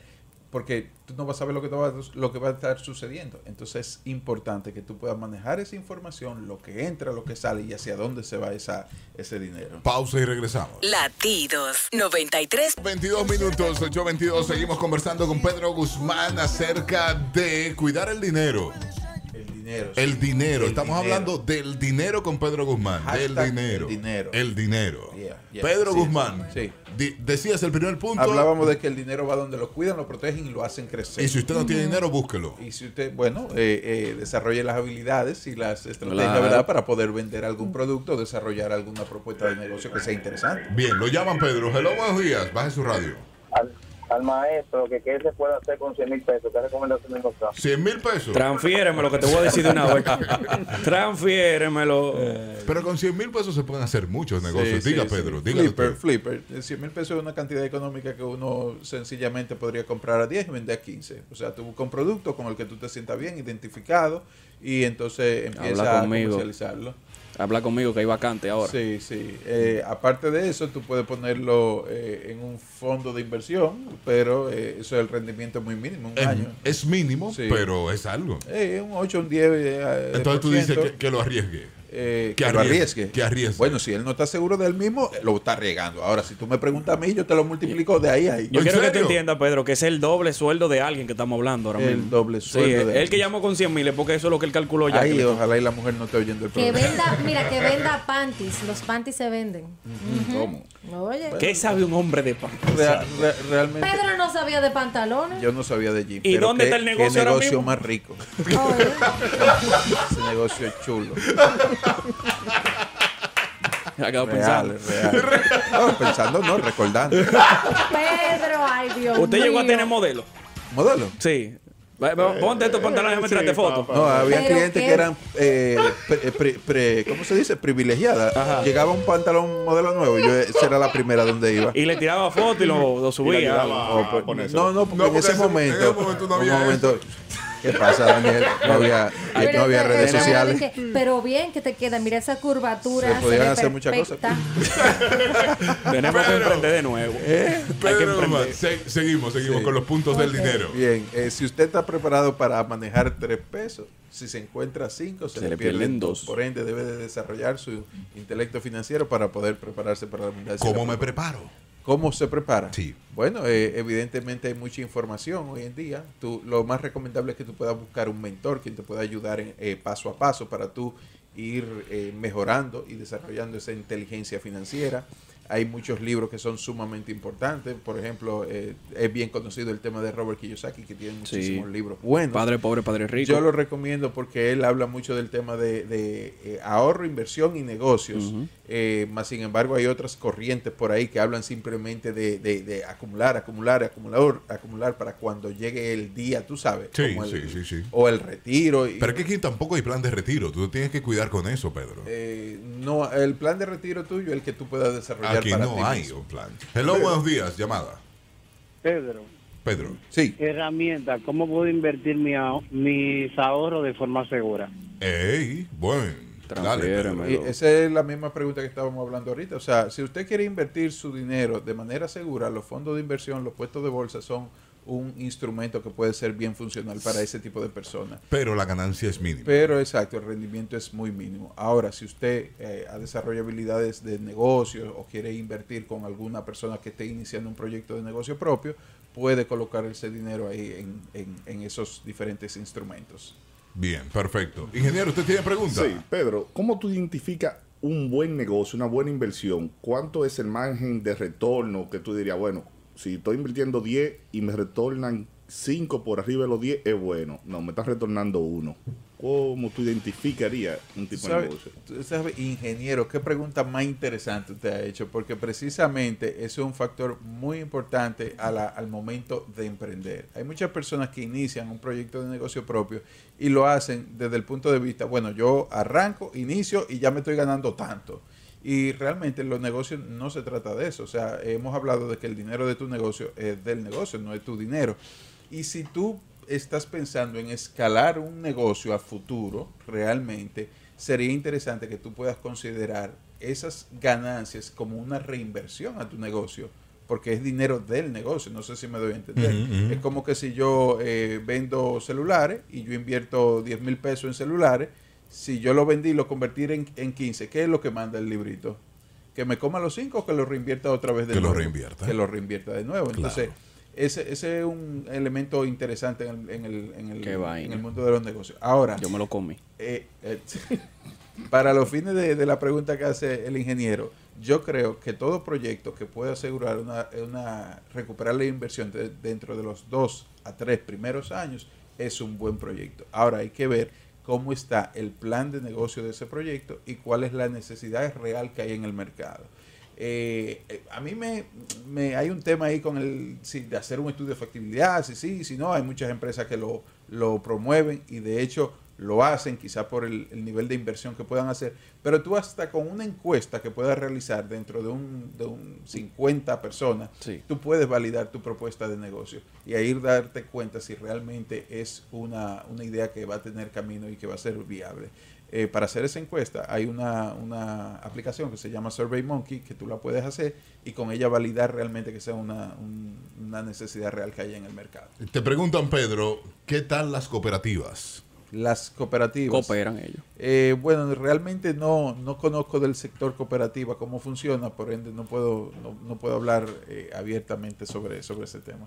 porque tú no vas a saber lo que, te va, a- lo que va a estar sucediendo. Entonces es importante que tú puedas manejar esa información, lo que entra, lo que sale y hacia dónde se va esa, ese dinero. Pausa y regresamos. Latidos 93. 22 minutos, 8.22, seguimos conversando con Pedro Guzmán acerca de cuidar el dinero. El dinero. El dinero, El estamos dinero. hablando del dinero con Pedro Guzmán. Hashtag del dinero. el dinero. El dinero. Yeah, yeah. Pedro Sí, Guzmán, sí. di- decías el primer punto. Hablábamos de que el dinero va donde lo cuidan, lo protegen y lo hacen crecer. Y si usted no tiene dinero, búsquelo. Y si usted, bueno, eh, eh, desarrolle las habilidades y las estrategias, Claro. ¿verdad? Para poder vender algún producto, desarrollar alguna propuesta de negocio que sea interesante. Bien, lo llaman Pedro. Hello, buenos días. Baje su radio. Al, al maestro, que qué se puede hacer con 100 mil pesos. ¿Qué recomendación me encontrás? 100 mil pesos. Transfiéremelo, que te voy a decir de una vez. Transfiéremelo. Pero con 100 mil pesos se pueden hacer muchos negocios. Sí, diga sí, Pedro, sí. diga Flipper, flipper. 100 mil pesos es una cantidad económica que uno sencillamente podría comprar a 10 y vender a 15. O sea, tú buscas un producto con el que tú te sientas bien, identificado, y entonces Habla empiezas a conmigo. comercializarlo. Habla conmigo que hay vacante ahora. Sí, sí. Eh, aparte de eso, tú puedes ponerlo eh, en un fondo de inversión, pero eh, eso es el rendimiento muy mínimo, un Es- año. es mínimo, Sí. pero es algo. Eh, un 8, un 10. eh, Entonces tú por dices ciento. que, que lo arriesgue. Eh, que que, lo arriesgue, arriesgue. que arriesgue. Bueno, si él no está seguro de él mismo, eh, lo está arriesgando. Ahora, si tú me preguntas a mí, yo te lo multiplico de ahí a ahí. Yo quiero que te entiendas, Pedro, que es el doble sueldo de alguien que estamos hablando ahora El mismo. doble Sí, sueldo el, de el que llamó con 100 mil, porque eso es lo que él calculó ya. Ay, ojalá y la mujer no esté oyendo el Que programa. venda, mira, que venda panties. Los panties se venden. ¿Cómo? Oye. ¿Qué sabe un hombre de pan? Rea- re- realmente, Pedro no sabía de pantalones. yo no sabía de Jim. ¿Y pero dónde qué- está el negocio Qué ahora negocio mismo? más rico. Ese negocio es chulo. Acabo real, real. No, pensando, no, recordando. Pedro, ay Dios ¿Usted llegó a mío. tener modelo? ¿Modelo? Eh, Sí. Va- va- Ponte estos pantalones, déjame tirarte foto. No, había Pero clientes qué- que eran, eh, pre- pre- pre- ¿cómo se dice? Privilegiadas. Llegaba un pantalón modelo nuevo y yo esa era la primera donde iba. Y le tiraba foto y lo, lo subía. Ah, Y le ayudaba O- a ponérselo. no, no, porque en ese momento. En un momento- ¿Qué pasa, Daniel? No había, eh, Pero no había este- redes este Pedro sociales. dice, pero bien que te queda, mira esa curvatura. Se ve podían hacer muchas perfecta". Tenemos que emprender de nuevo. Pedro Guzmán, ¿eh? se- seguimos, seguimos Sí. con los puntos del Ok. dinero. Bien, eh, si usted está preparado para manejar tres pesos, si se encuentra cinco, se, le, pierden, dos. Por ende, debe de desarrollar su intelecto financiero para poder prepararse para la abundancia. ¿Cómo La- me preparo? ¿Cómo se prepara? Bueno, eh, evidentemente hay mucha información hoy en día. Tú, lo más recomendable es que tú puedas buscar un mentor quien te pueda ayudar en, eh, paso a paso para tú ir eh, mejorando y desarrollando esa inteligencia financiera. Hay muchos libros que son sumamente importantes. Por ejemplo, eh, es bien conocido el tema de Robert Kiyosaki, que tiene Sí. muchísimos libros buenos. Padre pobre, padre rico. Yo lo recomiendo porque él habla mucho del tema de, de, eh, ahorro, inversión y negocios. Ujú. Eh, más sin embargo, hay otras corrientes por ahí que hablan simplemente de, de- de acumular, acumular, acumular, acumular para cuando llegue el día, tú sabes. Sí, como el- sí, sí, sí. O el retiro. Pero es que aquí tampoco hay plan de retiro. Tú tienes que cuidar con eso, Pedro. eh, no, el plan de retiro tuyo, el que tú puedas desarrollar Aquí para no ti hay mismo. un plan. Hello, Pero- buenos días. Llamada. Pedro, Pedro. Sí. herramienta, ¿cómo puedo invertir mi ahor- mis ahorros de forma segura? Ey, buen. Dale, Pedro. Y esa es la misma pregunta que estábamos hablando ahorita. O sea, si usted quiere invertir su dinero de manera segura, los fondos de inversión, los puestos de bolsa son un instrumento que puede ser bien funcional para ese tipo de personas. Pero la ganancia es mínima. Pero exacto, el rendimiento es muy mínimo. Ahora, si usted eh, ha desarrollado habilidades de negocio o quiere invertir con alguna persona que esté iniciando un proyecto de negocio propio, puede colocar ese dinero ahí en, en- en esos diferentes instrumentos. Bien, perfecto. Ingeniero, ¿usted tiene pregunta? Sí, Pedro, ¿cómo tú identificas un buen negocio, una buena inversión? ¿Cuánto es el margen de retorno que tú dirías, bueno, si estoy invirtiendo 10 y me retornan 5 por arriba de los 10, es bueno. No, me están retornando 1. ¿Cómo tú identificarías un tipo de ¿Sabe- negocio? tú sabes, ingeniero, qué pregunta más interesante usted ha hecho, porque precisamente eso es un factor muy importante a la- al momento de emprender. Hay muchas personas que inician un proyecto de negocio propio y lo hacen desde el punto de vista, bueno, yo arranco, inicio y ya me estoy ganando tanto. Y realmente los negocios no se trata de eso. O sea, hemos hablado de que el dinero de tu negocio es del negocio, no es tu dinero. Y si tú estás pensando en escalar un negocio a futuro, realmente sería interesante que tú puedas considerar esas ganancias como una reinversión a tu negocio, porque es dinero del negocio, no sé si me doy a entender. Ujú, ujú. Es como que si yo eh, vendo celulares y yo invierto 10 mil pesos en celulares, si yo lo vendí y lo convertí en, en 15, ¿qué es lo que manda el librito? ¿Que me coma los 5 o que lo reinvierta otra vez de Que lo nuevo? reinvierta. Que lo reinvierta de nuevo. Claro. Entonces, ese, ese es un elemento interesante en el, en el- en el- Qué vaina. en el mundo de los negocios. Ahora, Yo me lo comí. eh, eh, para los fines de, de la pregunta que hace el ingeniero, yo creo que todo proyecto que pueda asegurar una, una- recuperar la inversión de- dentro de los dos a tres primeros años es un buen proyecto. Ahora hay que ver cómo está el plan de negocio de ese proyecto y cuál es la necesidad real que hay en el mercado. Eh, eh, a mí me, me- hay un tema ahí con el si de hacer un estudio de factibilidad, si sí, si no, hay muchas empresas que lo, lo promueven y de hecho lo hacen, quizá por el, el nivel de inversión que puedan hacer, pero tú hasta con una encuesta que puedas realizar dentro de un, de un 50 personas, tú puedes validar tu propuesta de negocio y ahí darte cuenta si realmente es una, una idea que va a tener camino y que va a ser viable. Eh, para hacer esa encuesta hay una, una aplicación que se llama SurveyMonkey que tú la puedes hacer y con ella validar realmente que sea una, un- una necesidad real que haya en el mercado. Te preguntan, Pedro, ¿qué tal las cooperativas? Las cooperativas. Cooperan ellos. Eh, bueno, realmente no, no conozco del sector cooperativa cómo funciona, por ende no puedo, no, no puedo hablar eh, abiertamente sobre, sobre ese tema.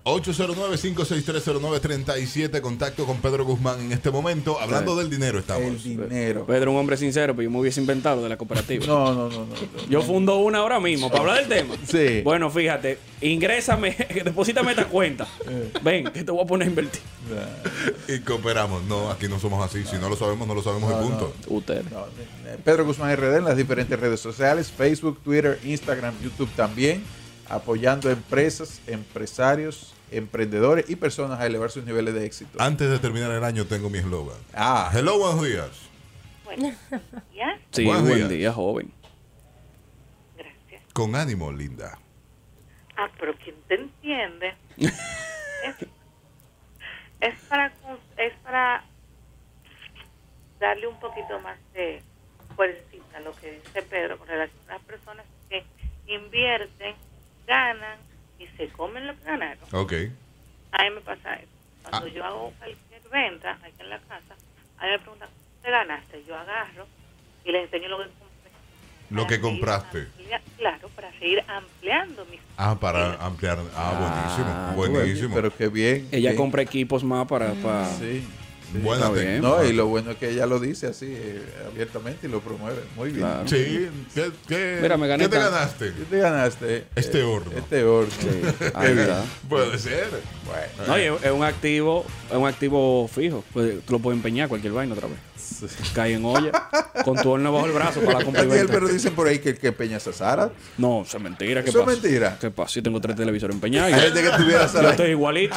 809-56309-37, contacto con Pedro Guzmán en este momento. Hablando Sí. del dinero, estamos. El dinero. Pedro, un hombre sincero, pero yo me hubiese inventado de la cooperativa. No, no, no. Yo fundo una ahora mismo para hablar del tema. Sí. Bueno, fíjate, ingrésame, deposítame esta cuenta. Eh. Ven, que te voy a poner a invertir. Y cooperamos. No, aquí no somos así. Si no lo sabemos, no lo sabemos No, y no. punto. Ustedes. No, eh, Pedro Guzmán RD en las diferentes redes sociales, Facebook, Twitter, Instagram, YouTube también, apoyando a empresas, empresarios, emprendedores y personas a elevar sus niveles de éxito. Antes de terminar el año, tengo mi eslogan. Ah. Hello, buenos días. pues. Sí, Buenos buen días. día, joven. Con ánimo, linda. Ah, pero quien te entiende es, es para cons- es para darle un poquito más de fuercita a lo que dice Pedro con relación a las personas que invierten, ganan y se comen lo que ganaron. Ok. A mí me pasa eso. Cuando Ah. yo hago cualquier venta aquí en la casa, a mí me preguntan, ¿te ganaste? Yo agarro y les enseño lo que compré. Lo que compraste. Claro, para seguir ampliando mis Ah, para ampliar. Ah, buenísimo. Buenísimo. Pero qué bien. Ella bien. compra equipos más para. para... Sí. Buena Está bien. No, y lo bueno es que ella lo dice así eh, abiertamente y lo promueve. Muy bien. Claro. Sí, ¿qué, qué- Mira, me gané ¿qué te tanto. ganaste? ¿Qué te ganaste? Este Eh, horno. Este horno. ahí está. Puede ser. Bueno. eh. No, y es es un activo, es un activo fijo. Pues, tú lo puedes empeñar cualquier vaina otra vez. Cae en olla, con tu horno bajo el brazo para la compra y Daniel, venta. pero dicen por ahí que el que empeña es a Sara. No, eso es mentira. ¿Qué Eso es pasa? mentira. ¿Qué pasa? Yo tengo tres televisores empeñados. Hay gente que tuviera Yo Sara. estoy igualito.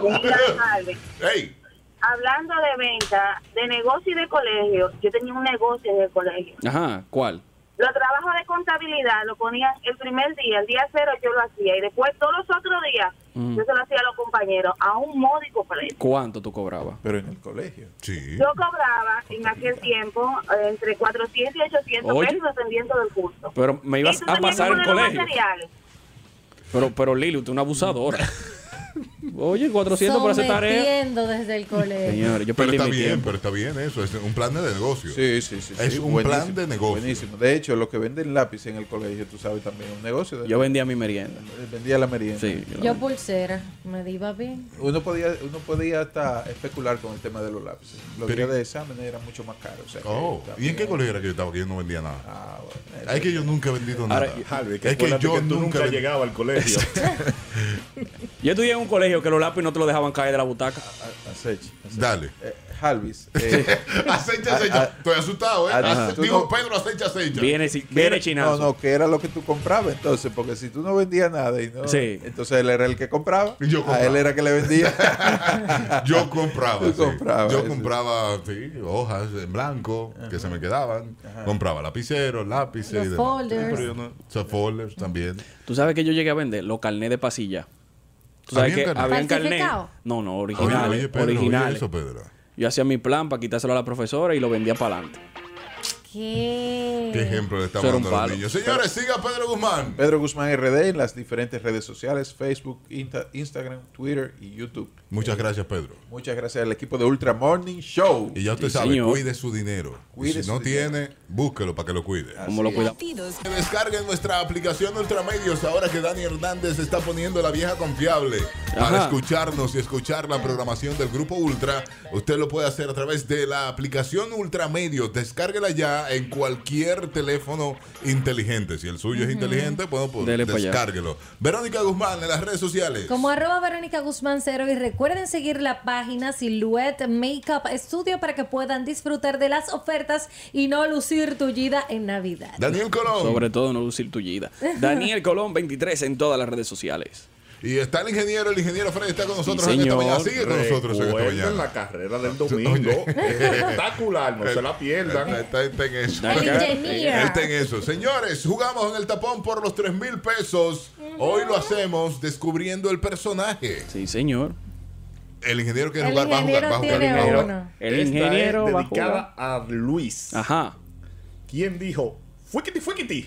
Buenas tardes. Hey. Hablando de venta, de negocio y de colegio, yo tenía un negocio de colegio. Ajá, ¿cuál? Los trabajos de contabilidad lo ponían el primer día, el día cero yo lo hacía y después todos los otros días Mm. yo se lo hacía a los compañeros a un módico precio. ¿Cuánto tú cobrabas? Pero en el colegio. Sí. Yo cobraba en aquel tiempo eh, entre 400 y 800 Oye. pesos dependiendo del curso. Pero me ibas Eso a tenía pasar como de el los colegio. materiales. Pero, pero Lili, usted es una abusadora. Oye, 400 por hacer tarea. Sometiendo desde el colegio. Señores, yo pero perdí está mi bien, tiempo. pero está bien eso. Es un plan de negocio. Sí, sí, sí. Es sí, un buenísimo, plan de negocio. Buenísimo. De hecho, los que venden lápiz en el colegio, tú sabes también, es un negocio. de- Eh, Yo vendía mi merienda. Vendía la merienda. Sí, yo la Yo pulsera, me iba bien. Uno podía, uno podía hasta especular con el tema de los lápices. Los días de exámenes eran mucho más caros. o sea que Oh, ¿y en también- qué colegio era que yo estaba? Que yo no vendía nada. Ah, bueno. Es que yo nunca he vendido nada. Ahora, Harvey, que es que yo acuérdate que tú nunca nunca, vend- llegabas al colegio. Yo estudié en un colegio que los lápices no te lo dejaban caer de la butaca. Acechi. Eh, Dale. Halvis. acecha, Ah, acecha. Estoy asustado, ¿eh? Ajá. Ace- Dijo Pedro, acecha, acecha. Que era- No, no, que era lo que tú comprabas entonces, porque si tú no vendías nada y no, Sí. entonces él era el que compraba, Yo a él compraba. era que le vendía. Yo compraba. Tú sí. comprabas, Yo sí. compraba sí, hojas en blanco que se me quedaban. Ajá. Compraba lapiceros, lápices. Los y demás. folders. Sí, pero yo no- o sea, folders también. Tú sabes que yo llegué a vender los carnés de pasilla. Tú sabes ¿Habían que carnés? habían carnés. ¿Falsificado? No, no, Oye, originales. oye, Pedro, oye originales. eso, Pedro. Yo hacía mi plan para quitárselo a la profesora y lo vendía para adelante. ¿Qué? ¿Qué ejemplo le Eso estamos era un dando a los palo. niños? Señores, siga Pedro Guzmán. Pedro Guzmán RD en las diferentes redes sociales, Facebook, Inta- Instagram, Twitter y YouTube. Eh, Muchas gracias, Pedro. Muchas gracias al equipo de Ultra Morning Show. Y ya usted sabe, cuide su dinero. Y Cuide si su no dinero. tiene, búsquelo para que lo cuide. Como lo cuida- Descarguen nuestra aplicación Ultramedios ahora que Dani Hernández está poniendo la vieja confiable. Para Ajá. escucharnos y escuchar la programación del Grupo Ultra, usted lo puede hacer a través de la aplicación Ultramedios. Descárguela ya en cualquier teléfono inteligente. Si el suyo es inteligente, bueno, pues Dele pa' allá. descárguelo. Verónica Guzmán en las redes sociales. Como arroba Verónica Guzmán Cero y recuerden seguir la página Silhouette Makeup Studio para que puedan disfrutar de las ofertas y no lucir tullida en Navidad. Daniel Colón. Sobre todo no lucir tullida. Daniel Colón 23 en todas las redes sociales. Y está el ingeniero, el ingeniero Fred está con nosotros en este esta señor. mañana. Sigue con nosotros en este esta Recuerden mañana. la carrera del domingo. este Espectacular, no se la pierdan. Está, está en eso. El ingeniero. Está en eso. Señores, jugamos en el tapón por los 3 mil pesos. Hoy lo hacemos descubriendo el personaje. Sí, señor. El ingeniero quiere El jugar, va a jugar, ingeniero va a jugar. tiene va a jugar. uno. El Esta ingeniero es va a dedicada a, Luis. Ajá. ¿Quién dijo? Fuikiti, fuikiti.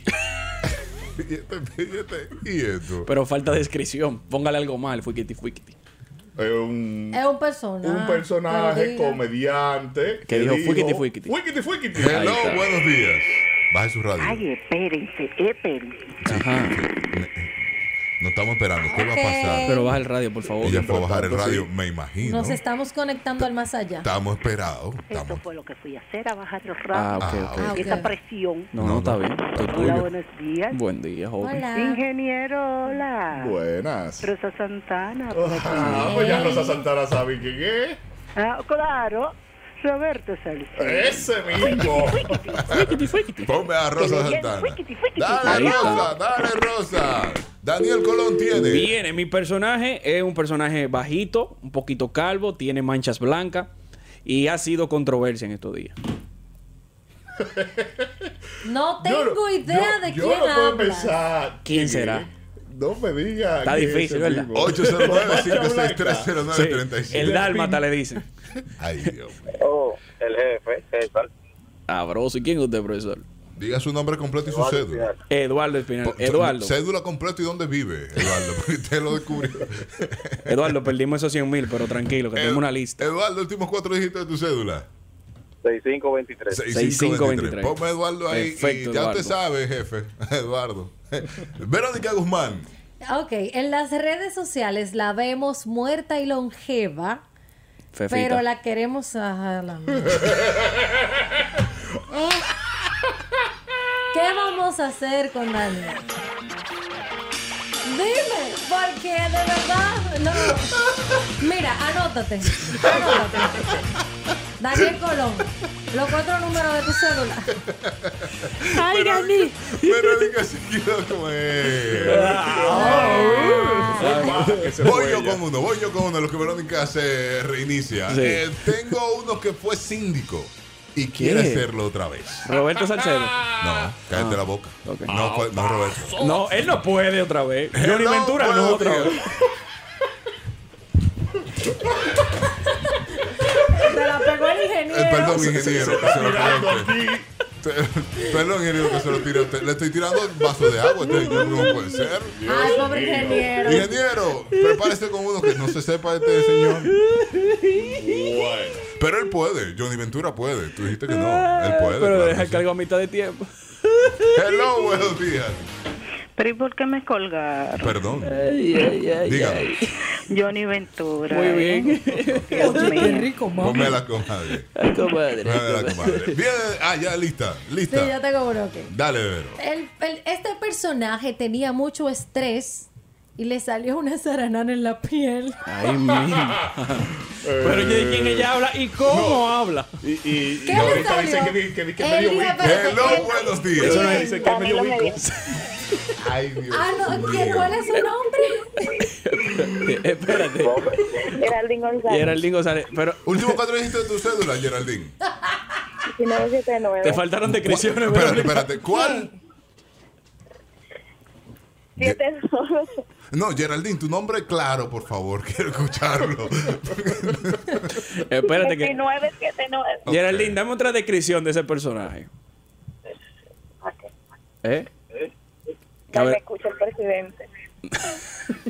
este, ¿Y esto? Pero falta descripción. Póngale algo mal, fuikiti fuikiti. Es un, Es un personaje. un personaje que lo diga. comediante Que dijo, "Fuikiti, fuikiti". Fuikiti, fuikiti. Hello, buenos días. Baje su radio. Ay, espérense, espérense. No eh, estamos esperando. ¿Qué va a Ok. pasar? Pero baja el radio, por favor. Ella fue a bajar el Pero tanto, radio, sí. me imagino. Nos estamos conectando al más allá. Estamos esperados. Estamos- Esto fue lo que fui a hacer, a bajar los Ah, rayos. ok, ok. Ah, Esa presión. No, no, está bien. Estoy Hola, tuyo. buenos días. Buen día, joven. Ingeniero, hola. Buenas. Rosa Santana. Ah, pues ya Rosa Santana sabe quién es. Ah, claro. Roberto Salcedo. Ese mismo. Ponme a Que le- Rosa Santana. fuikiti, fuikiti. Dale, Ahí está. Rosa, dale, Rosa. Daniel Colón Eh, tiene. Viene, mi personaje es un personaje bajito, un poquito calvo, tiene manchas blancas y ha sido controversia en estos días. No Yo tengo no- idea yo- de yo quién no puedo hablas. pensar. ¿Quién será? No me digas. Está que es difícil, ese ¿verdad? mismo. 809-56309-37. Sí, El dálmata le dicen. Ay, Dios. Oh, el jefe, César. Sabroso. ¿Y quién es usted, profesor? Diga su nombre completo y su cédula. Eduardo Espinal. Po- Eduardo. Cédula completo y dónde vive, Eduardo. Porque usted lo descubrió. Eduardo, perdimos esos 100 mil, pero tranquilo, que tenemos una lista. Eduardo, últimos cuatro dígitos de tu cédula. 6523. 6523. 6523. Ponme a Eduardo ahí. Perfecto, y ya Eduardo. usted sabe, jefe. Eduardo. Verónica Guzmán. Ok, en las redes sociales la vemos muerta y longeva, Fefita. pero la queremos a la ¿Qué vamos a hacer con Daniel? Dime, porque de verdad, no. Mira, anótate. Anótate. Daniel Colón, los cuatro números de tu cédula. Ay, Dani. Verónica se quedó como él. Voy yo con uno, voy yo con uno, lo que Verónica se reinicia. Sí. Eh, tengo uno que fue síndico y quiere ¿Qué? hacerlo otra vez. Roberto Salcedo. Ah, No, cállate la boca. No, fue- no, Roberto. No, él no puede otra vez. Johnny no Ventura puede no otra otra vez. Te la pegó el Eh, ingeniero. perdón, ingeniero, que se lo tire usted. Perdón, ingeniero, que se lo tire a usted. Le estoy tirando un vaso de agua. Este, no, no puede ser. Ay, pobre ingeniero. Ingeniero, prepárese con uno que no se sepa este señor. Pero él puede, Johnny Ventura puede. Tú dijiste que no. Él puede. Pero claro deja que el cargo a mitad de tiempo. sí. Hello, buenos días. Pero ¿y por qué me colgaron? Perdón. Ay, ay, ay, Dígame, Johnny Ventura. Muy ¿eh? bien. Dios mío. ponme la comadre. Ponme la comadre. Bien, ah, ya, lista, Sí, lista. ya tengo uno, ok. Dale, Vero. El- el- este personaje tenía mucho estrés y le salió una zaranana en la piel. Ay, mira. Pero yo de quién ella habla y cómo habla. Y, y, ¿Qué y le ahorita salió? dice que me- que- que Él me dio dijo, wico. espérate, Hello, él- buenos días. Sí. Eso no dice que me dio Camilo wico. dijo. Ay, Dios. Ah, no, ¿qué- ¿cuál es su nombre? Espérate. Geraldine González. Geraldine González. Pero Último cuatro dígitos de tu cédula, Geraldine. 1979. te faltaron descripciones, Espérate, espérate. ¿Cuál? Siete, dos. No, Geraldine, tu nombre claro, por favor. Quiero escucharlo. Espérate que. 1979. Geraldine, dame otra descripción de ese personaje. ¿Eh? Que a ver- escucha el presidente.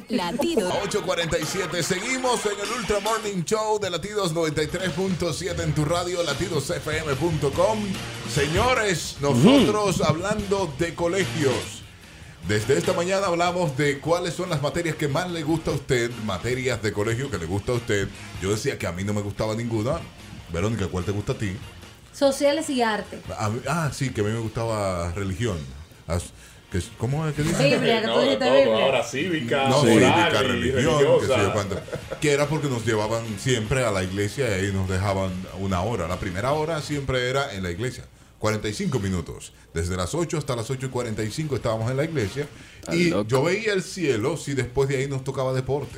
Latidos. 8.47. Seguimos en el Ultra Morning Show de Latidos 93.7 en tu radio, latidosfm.com. Señores, nosotros hablando de colegios. Desde esta mañana hablamos de cuáles son las materias que más le gusta a usted, materias de colegio que le gusta a usted. Yo decía que a mí no me gustaba ninguna. Verónica, ¿cuál te gusta a ti? Sociales y arte. A mí- ah, sí, que a mí me gustaba religión. As- que es- ¿Cómo es que dice? Biblia, que tú dijiste todo, Biblia. ahora cívica, moral No, cívica, y religión, religiosa. que sé yo cuánto. Que era porque nos llevaban siempre a la iglesia y nos dejaban una hora. La primera hora siempre era en la iglesia. 45 minutos. Desde las 8 hasta las 8 y 45 estábamos en la iglesia. y yo veía el cielo si después de ahí nos tocaba deporte.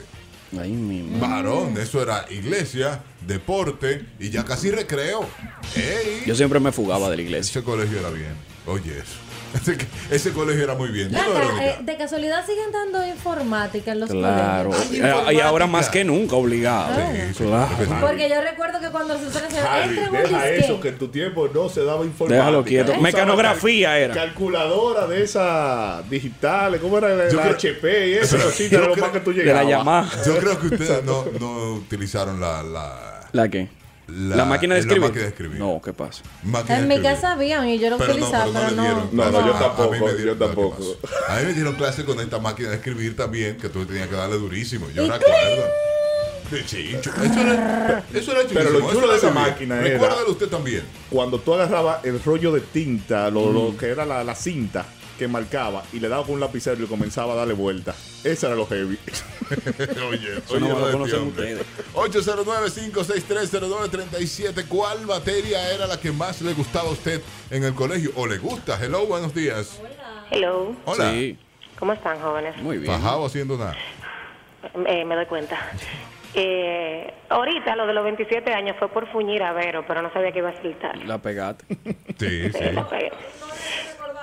Ay, mi madre. Varón, eso era iglesia, deporte y ya casi recreo. ¡Ey! Yo siempre me fugaba de la iglesia. Ese colegio era bien. Oye, eso. Ese, ese colegio era muy bien. Ven ¿No, acá, Verónica? eh, de casualidad siguen dando informática en los Claro. colegios. Eh, y ahora más que nunca, obligado. claro. Porque yo recuerdo que cuando los profesores decían, Harry, entra en un deja disquete. eso, que en tu tiempo no se daba información. Déjalo quieto. Mecanografía era. Calculadora de esas digitales, ¿cómo era la, Yo la creo- HP y eso? Espera, cosita era yo lo creo- más que tú llegabas. Yo creo que ustedes no, no utilizaron la. ¿La, ¿La qué? La, ¿La máquina de escribir? máquina de escribir. No, ¿qué pasa? Máquina de En mi escribir. casa habían y yo lo Pero utilizaba, no, pero pero no, no. le dieron. No, no, yo claro. tampoco, mí me dieron- yo tampoco. no, ¿qué pasa? A mí me dieron clase con esta máquina de escribir también, que tú tenías que darle durísimo. Yo Y recuerdo. Sí, sí, Eso era, eso era Pero lo chulísimo, chulo eso de esa era bien. máquina era- Recuérdalo usted también. Cuando tú agarrabas el rollo de tinta, lo, lo Mm. que era la, la cinta que marcaba, y le daba con un lapicero y comenzaba a darle vuelta. Ese era lo heavy. oye, no oye, lo este conocen hombre. 809-56309-37. ¿Cuál materia era la que más le gustaba a usted en el colegio? ¿O le gusta? Hello, buenos días. Hello. Hola. ¿Cómo están, jóvenes? Fajado haciendo nada. Eh, me doy cuenta. Eh, ahorita lo de los 27 años fue por fuñir a Vero, pero no sabía que iba a saltar. La pegaste. Sí, sí.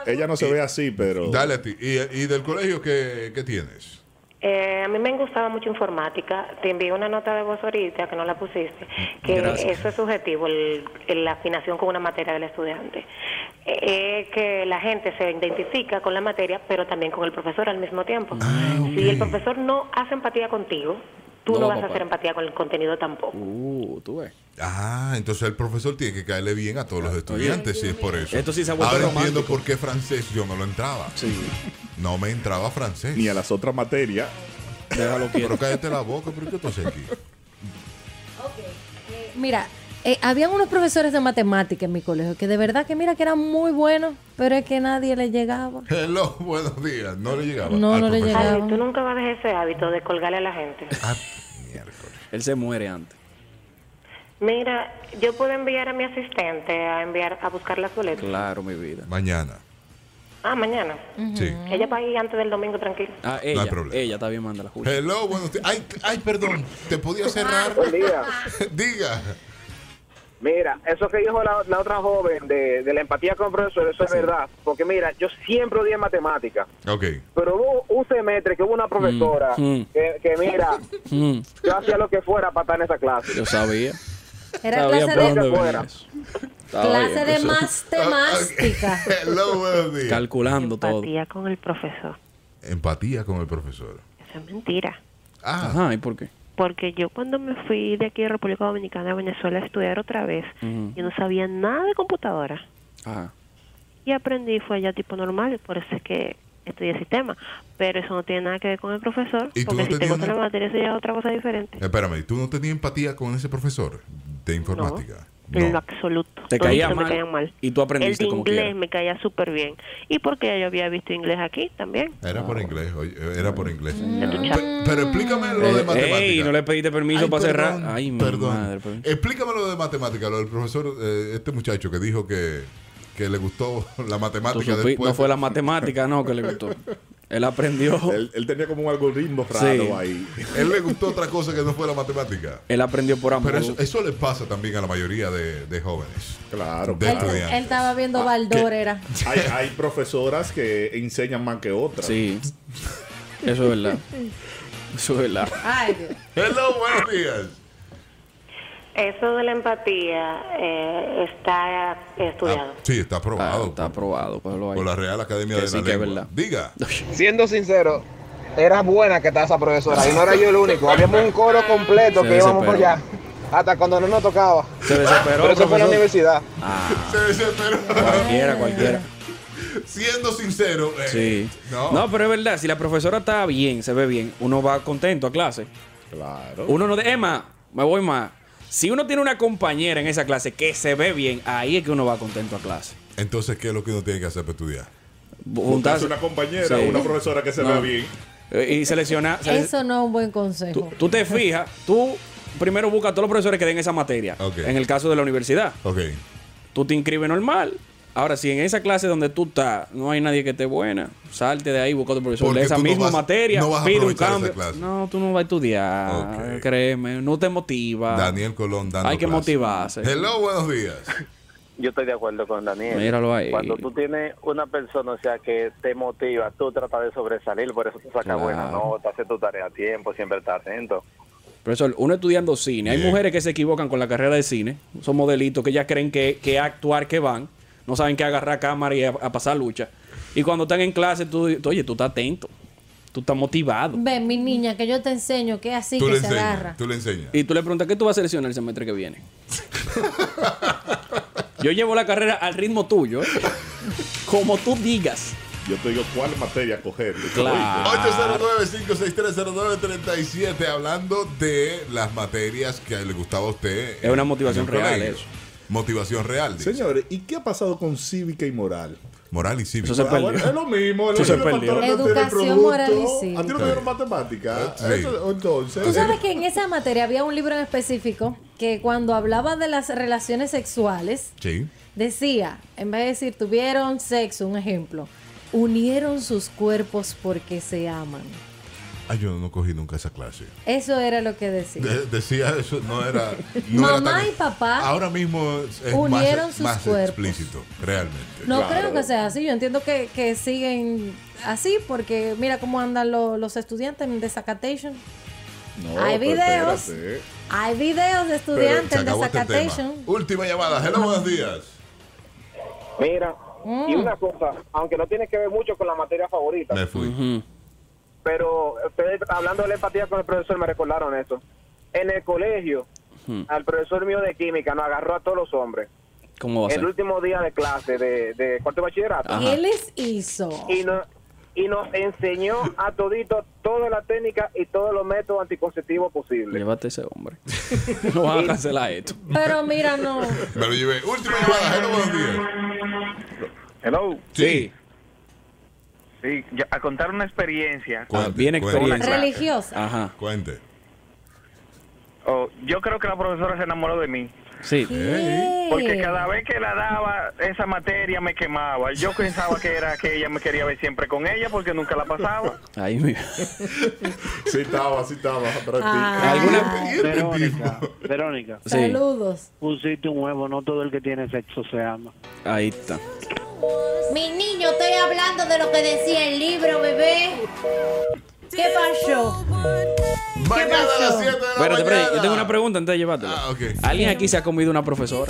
Ella no se ve así, pero. Dale a ti. ¿Y, y del colegio qué, qué tienes? Eh, a mí me gustaba mucho informática. Te envié una nota de voz ahorita que no la pusiste, que Gracias. eso es subjetivo, el- el- la afinación con una materia del estudiante. Eh, eh, que la gente se identifica con la materia, pero también con el profesor al mismo tiempo. Ah, Si el profesor no hace empatía contigo, tú no, No, vas papá. a hacer empatía con el contenido tampoco. Uh, tú ves. Ah, entonces el profesor tiene que caerle bien a todos los estudiantes, si es por eso. Esto sí se ha vuelto Ahora romántico. entiendo por qué francés yo no lo entraba. No me entraba francés. Ni a las otras materias. Déjalo quieto. Pero cállate la boca, ¿por qué tú haces aquí? Mira, eh, habían unos profesores de matemática en mi colegio que de verdad que mira que eran muy buenos, pero es que nadie le llegaba. Hello, buenos días. No le llegaba. No, al no le profesor. llegaba. Tú nunca vas a dejar ese hábito de colgarle a la gente. Ah. Él se muere antes. Mira, yo puedo enviar a mi asistente a enviar a buscar las boletas. Claro, mi vida. Mañana. Ah, mañana. Sí. Ella va a ir antes del domingo, tranquilo. Ah, ella. Ella está bien, mándala. Julio. Hello, buenos días. Ay, ay, perdón. ¿Te podía cerrar? Buen día. Diga. Mira, eso que dijo la, la otra joven de, de la empatía con el profesor, eso es verdad. Porque mira, yo siempre odié matemáticas. Ok. Pero hubo un semestre que hubo una profesora Mm, mm. Que, que mira, Mm, yo hacía lo que fuera para estar en esa clase. yo sabía. Era Sabía clase por de- dónde venía Fuera. eso. Estaba Clase bien, de eso. matemática. Ah, Hello, buenos días. Calculando todo. Empatía con el profesor. Empatía con el profesor. Ah. Eso es mentira. Ajá, ¿y por qué? Porque yo cuando me fui de aquí de República Dominicana a Venezuela a estudiar otra vez, Ujú. yo no sabía nada de computadora. Ajá. Y aprendí, fue allá tipo normal, y por eso es que estudié sistema. Pero eso no tiene nada que ver con el profesor, ¿Y tú porque no si te tenías gusta la nada? materia, eso ya es otra cosa diferente. Espérame, ¿tú no tenías empatía con ese profesor de informática? en lo absoluto. Te Todos caía me mal caían mal. y tú aprendiste El de como inglés quiera. me caía súper bien. Y porque yo había visto inglés aquí también. Era por inglés, oye, era por inglés. Pe- Pero explícame lo de Eh, matemáticas. ey, no le pediste permiso Ay, para perdón, cerrar. Ay, mi madre, pues, perdón. Explícame lo de matemáticas, lo del profesor, eh, este muchacho que dijo que, que le gustó la Tú matemática supi- después. no fue la matemática, no, que le gustó. Él aprendió. Él- tenía como un algoritmo Sí. raro ahí. Él le gustó otra cosa que no fue la matemática. Él aprendió por amor. Pero eso, eso le pasa también a la mayoría de, de jóvenes. Claro, de estudiantes. Ah, Él estaba viendo Valdorera. Hay, hay profesoras que enseñan más que otras. Sí. Eso es verdad. Eso es verdad. Ay, Dios. Hello, buenos días. Eso de la empatía eh, está estudiado. Sí, está aprobado. Ah, pues. está aprobado. Por, la Real Academia Que de sí, la que es Lengua. verdad. Diga. Siendo sincero, era buena que estaba esa profesora. Y no era yo el único. Habíamos un coro completo Se que íbamos por desesperó. allá. Hasta cuando no nos tocaba. Se desesperó, Pero eso fue en la profesor. universidad. Ah, Se desesperó. cualquiera, cualquiera. Siendo sincero. eh, Sí. No. No. pero es verdad, si la profesora está bien, se ve bien, uno va contento a clase. Claro. Uno no de Emma, me voy más. Si uno tiene una compañera en esa clase que se ve bien, ahí es que uno va contento a clase. Entonces, ¿qué es lo que uno tiene que hacer para estudiar? Buscarse una compañera, una profesora que se vea bien. Eh, Y selecciona. sele- Eso no es un buen consejo. Tú te fijas, tú primero buscas a todos los profesores que den esa materia. En el caso de la universidad. Tú te inscribes normal. Ahora, si en esa clase donde tú estás no hay nadie que esté buena, salte de ahí, busca otro profesor Porque de esa tú no misma vas- materia, no vas a pide un aprovechar esa cambio. clase. No, tú no vas a estudiar, créeme, no te motiva. Daniel Colón dando Hay que clase. motivarse. Hello, buenos días. Yo estoy de acuerdo con Daniel. Míralo ahí. Cuando tú tienes una persona, o sea, que te motiva, tú tratas de sobresalir, por eso tú sacas Claro. buenas notas, haces tu tarea a tiempo, siempre estás atento. Profesor, uno estudiando cine, hay mujeres que se equivocan con la carrera de cine, son modelitos que ya creen que, que actuar que van, no saben que agarrar cámara y a, a pasar lucha. Y cuando están en clase, tú, tú, oye, tú estás atento, tú estás motivado. Ven, mi niña, que yo te enseño que es así que se agarra. tú le enseñas. Y tú le preguntas, ¿qué tú vas a seleccionar el semestre que viene? Yo llevo la carrera al ritmo tuyo, ¿eh? como tú digas. Yo te digo cuál materia coger. Claro. 809-56309-37 hablando de las materias que le gustaba a usted. Es una en- motivación en el real colegio. eso. Motivación real. dice. Señores, ¿y qué ha pasado con cívica y moral? Moral y cívica. Ah, bueno, es lo mismo. Eso Eso se se perdió. Educación moral y cívica. A ti no te dieron matemática. Eh, Sí. Eso, entonces. Tú sabes que en esa materia había un libro en específico que cuando hablaba de las relaciones sexuales, Sí. decía, en vez de decir tuvieron sexo, un ejemplo, unieron sus cuerpos porque se aman. Ay, yo no cogí nunca esa clase. Eso era lo que decía. De- decía eso, no era. Eh, No era Mamá tan- Ah, y papá Ahora mismo es es unieron más, sus más cuerpos. explícito, realmente. No creo que sea así. Yo entiendo que, que siguen así porque mira cómo andan lo- los estudiantes en desacatation. No, Hay pero videos. espérate. Hay videos de estudiantes Se en acabó este tema. desacatation. Última llamada. Hello, buenos días. Mira, y una cosa, aunque no tiene que ver mucho con la materia favorita, Me fui. pero ustedes hablando de la empatía con el profesor me recordaron eso. En el colegio, Hmm, Mm. al profesor mío de química nos agarró a todos los hombres. ¿Cómo va a el ser? último día de clase de, de cuarto de bachillerato. Ajá. ¿Qué les hizo? Y nos, y nos enseñó a todito toda la técnica y todos los métodos anticonceptivos posibles. Llévate ese hombre. No vas a cancelar esto. Pero mira, no. Me lo llevé. Última llamada. Hello, buenos días. Hello. Sí. Sí, ya- a contar una experiencia. Ah, Viene cuente. experiencia. Religiosa. Ajá. Cuente. Oh, yo creo que la profesora se enamoró de mí. Sí. Porque cada vez que la daba, esa materia me quemaba. Yo pensaba que era que ella me quería ver siempre con ella porque nunca la pasaba. Ahí me... Sí estaba, sí estaba. Pero Ah. ¿Alguna? Verónica, Verónica. Sí. Saludos. Pusiste un huevo, no todo el que tiene sexo se ama. Ahí está. Mi niño, estoy hablando de lo que decía el libro, bebé. ¿Qué pasó? Mañana a Ah, las 7 de la Espérate, espérate, mañana. yo tengo una pregunta antes de llevártela. ¿Alguien aquí se ha comido una profesora?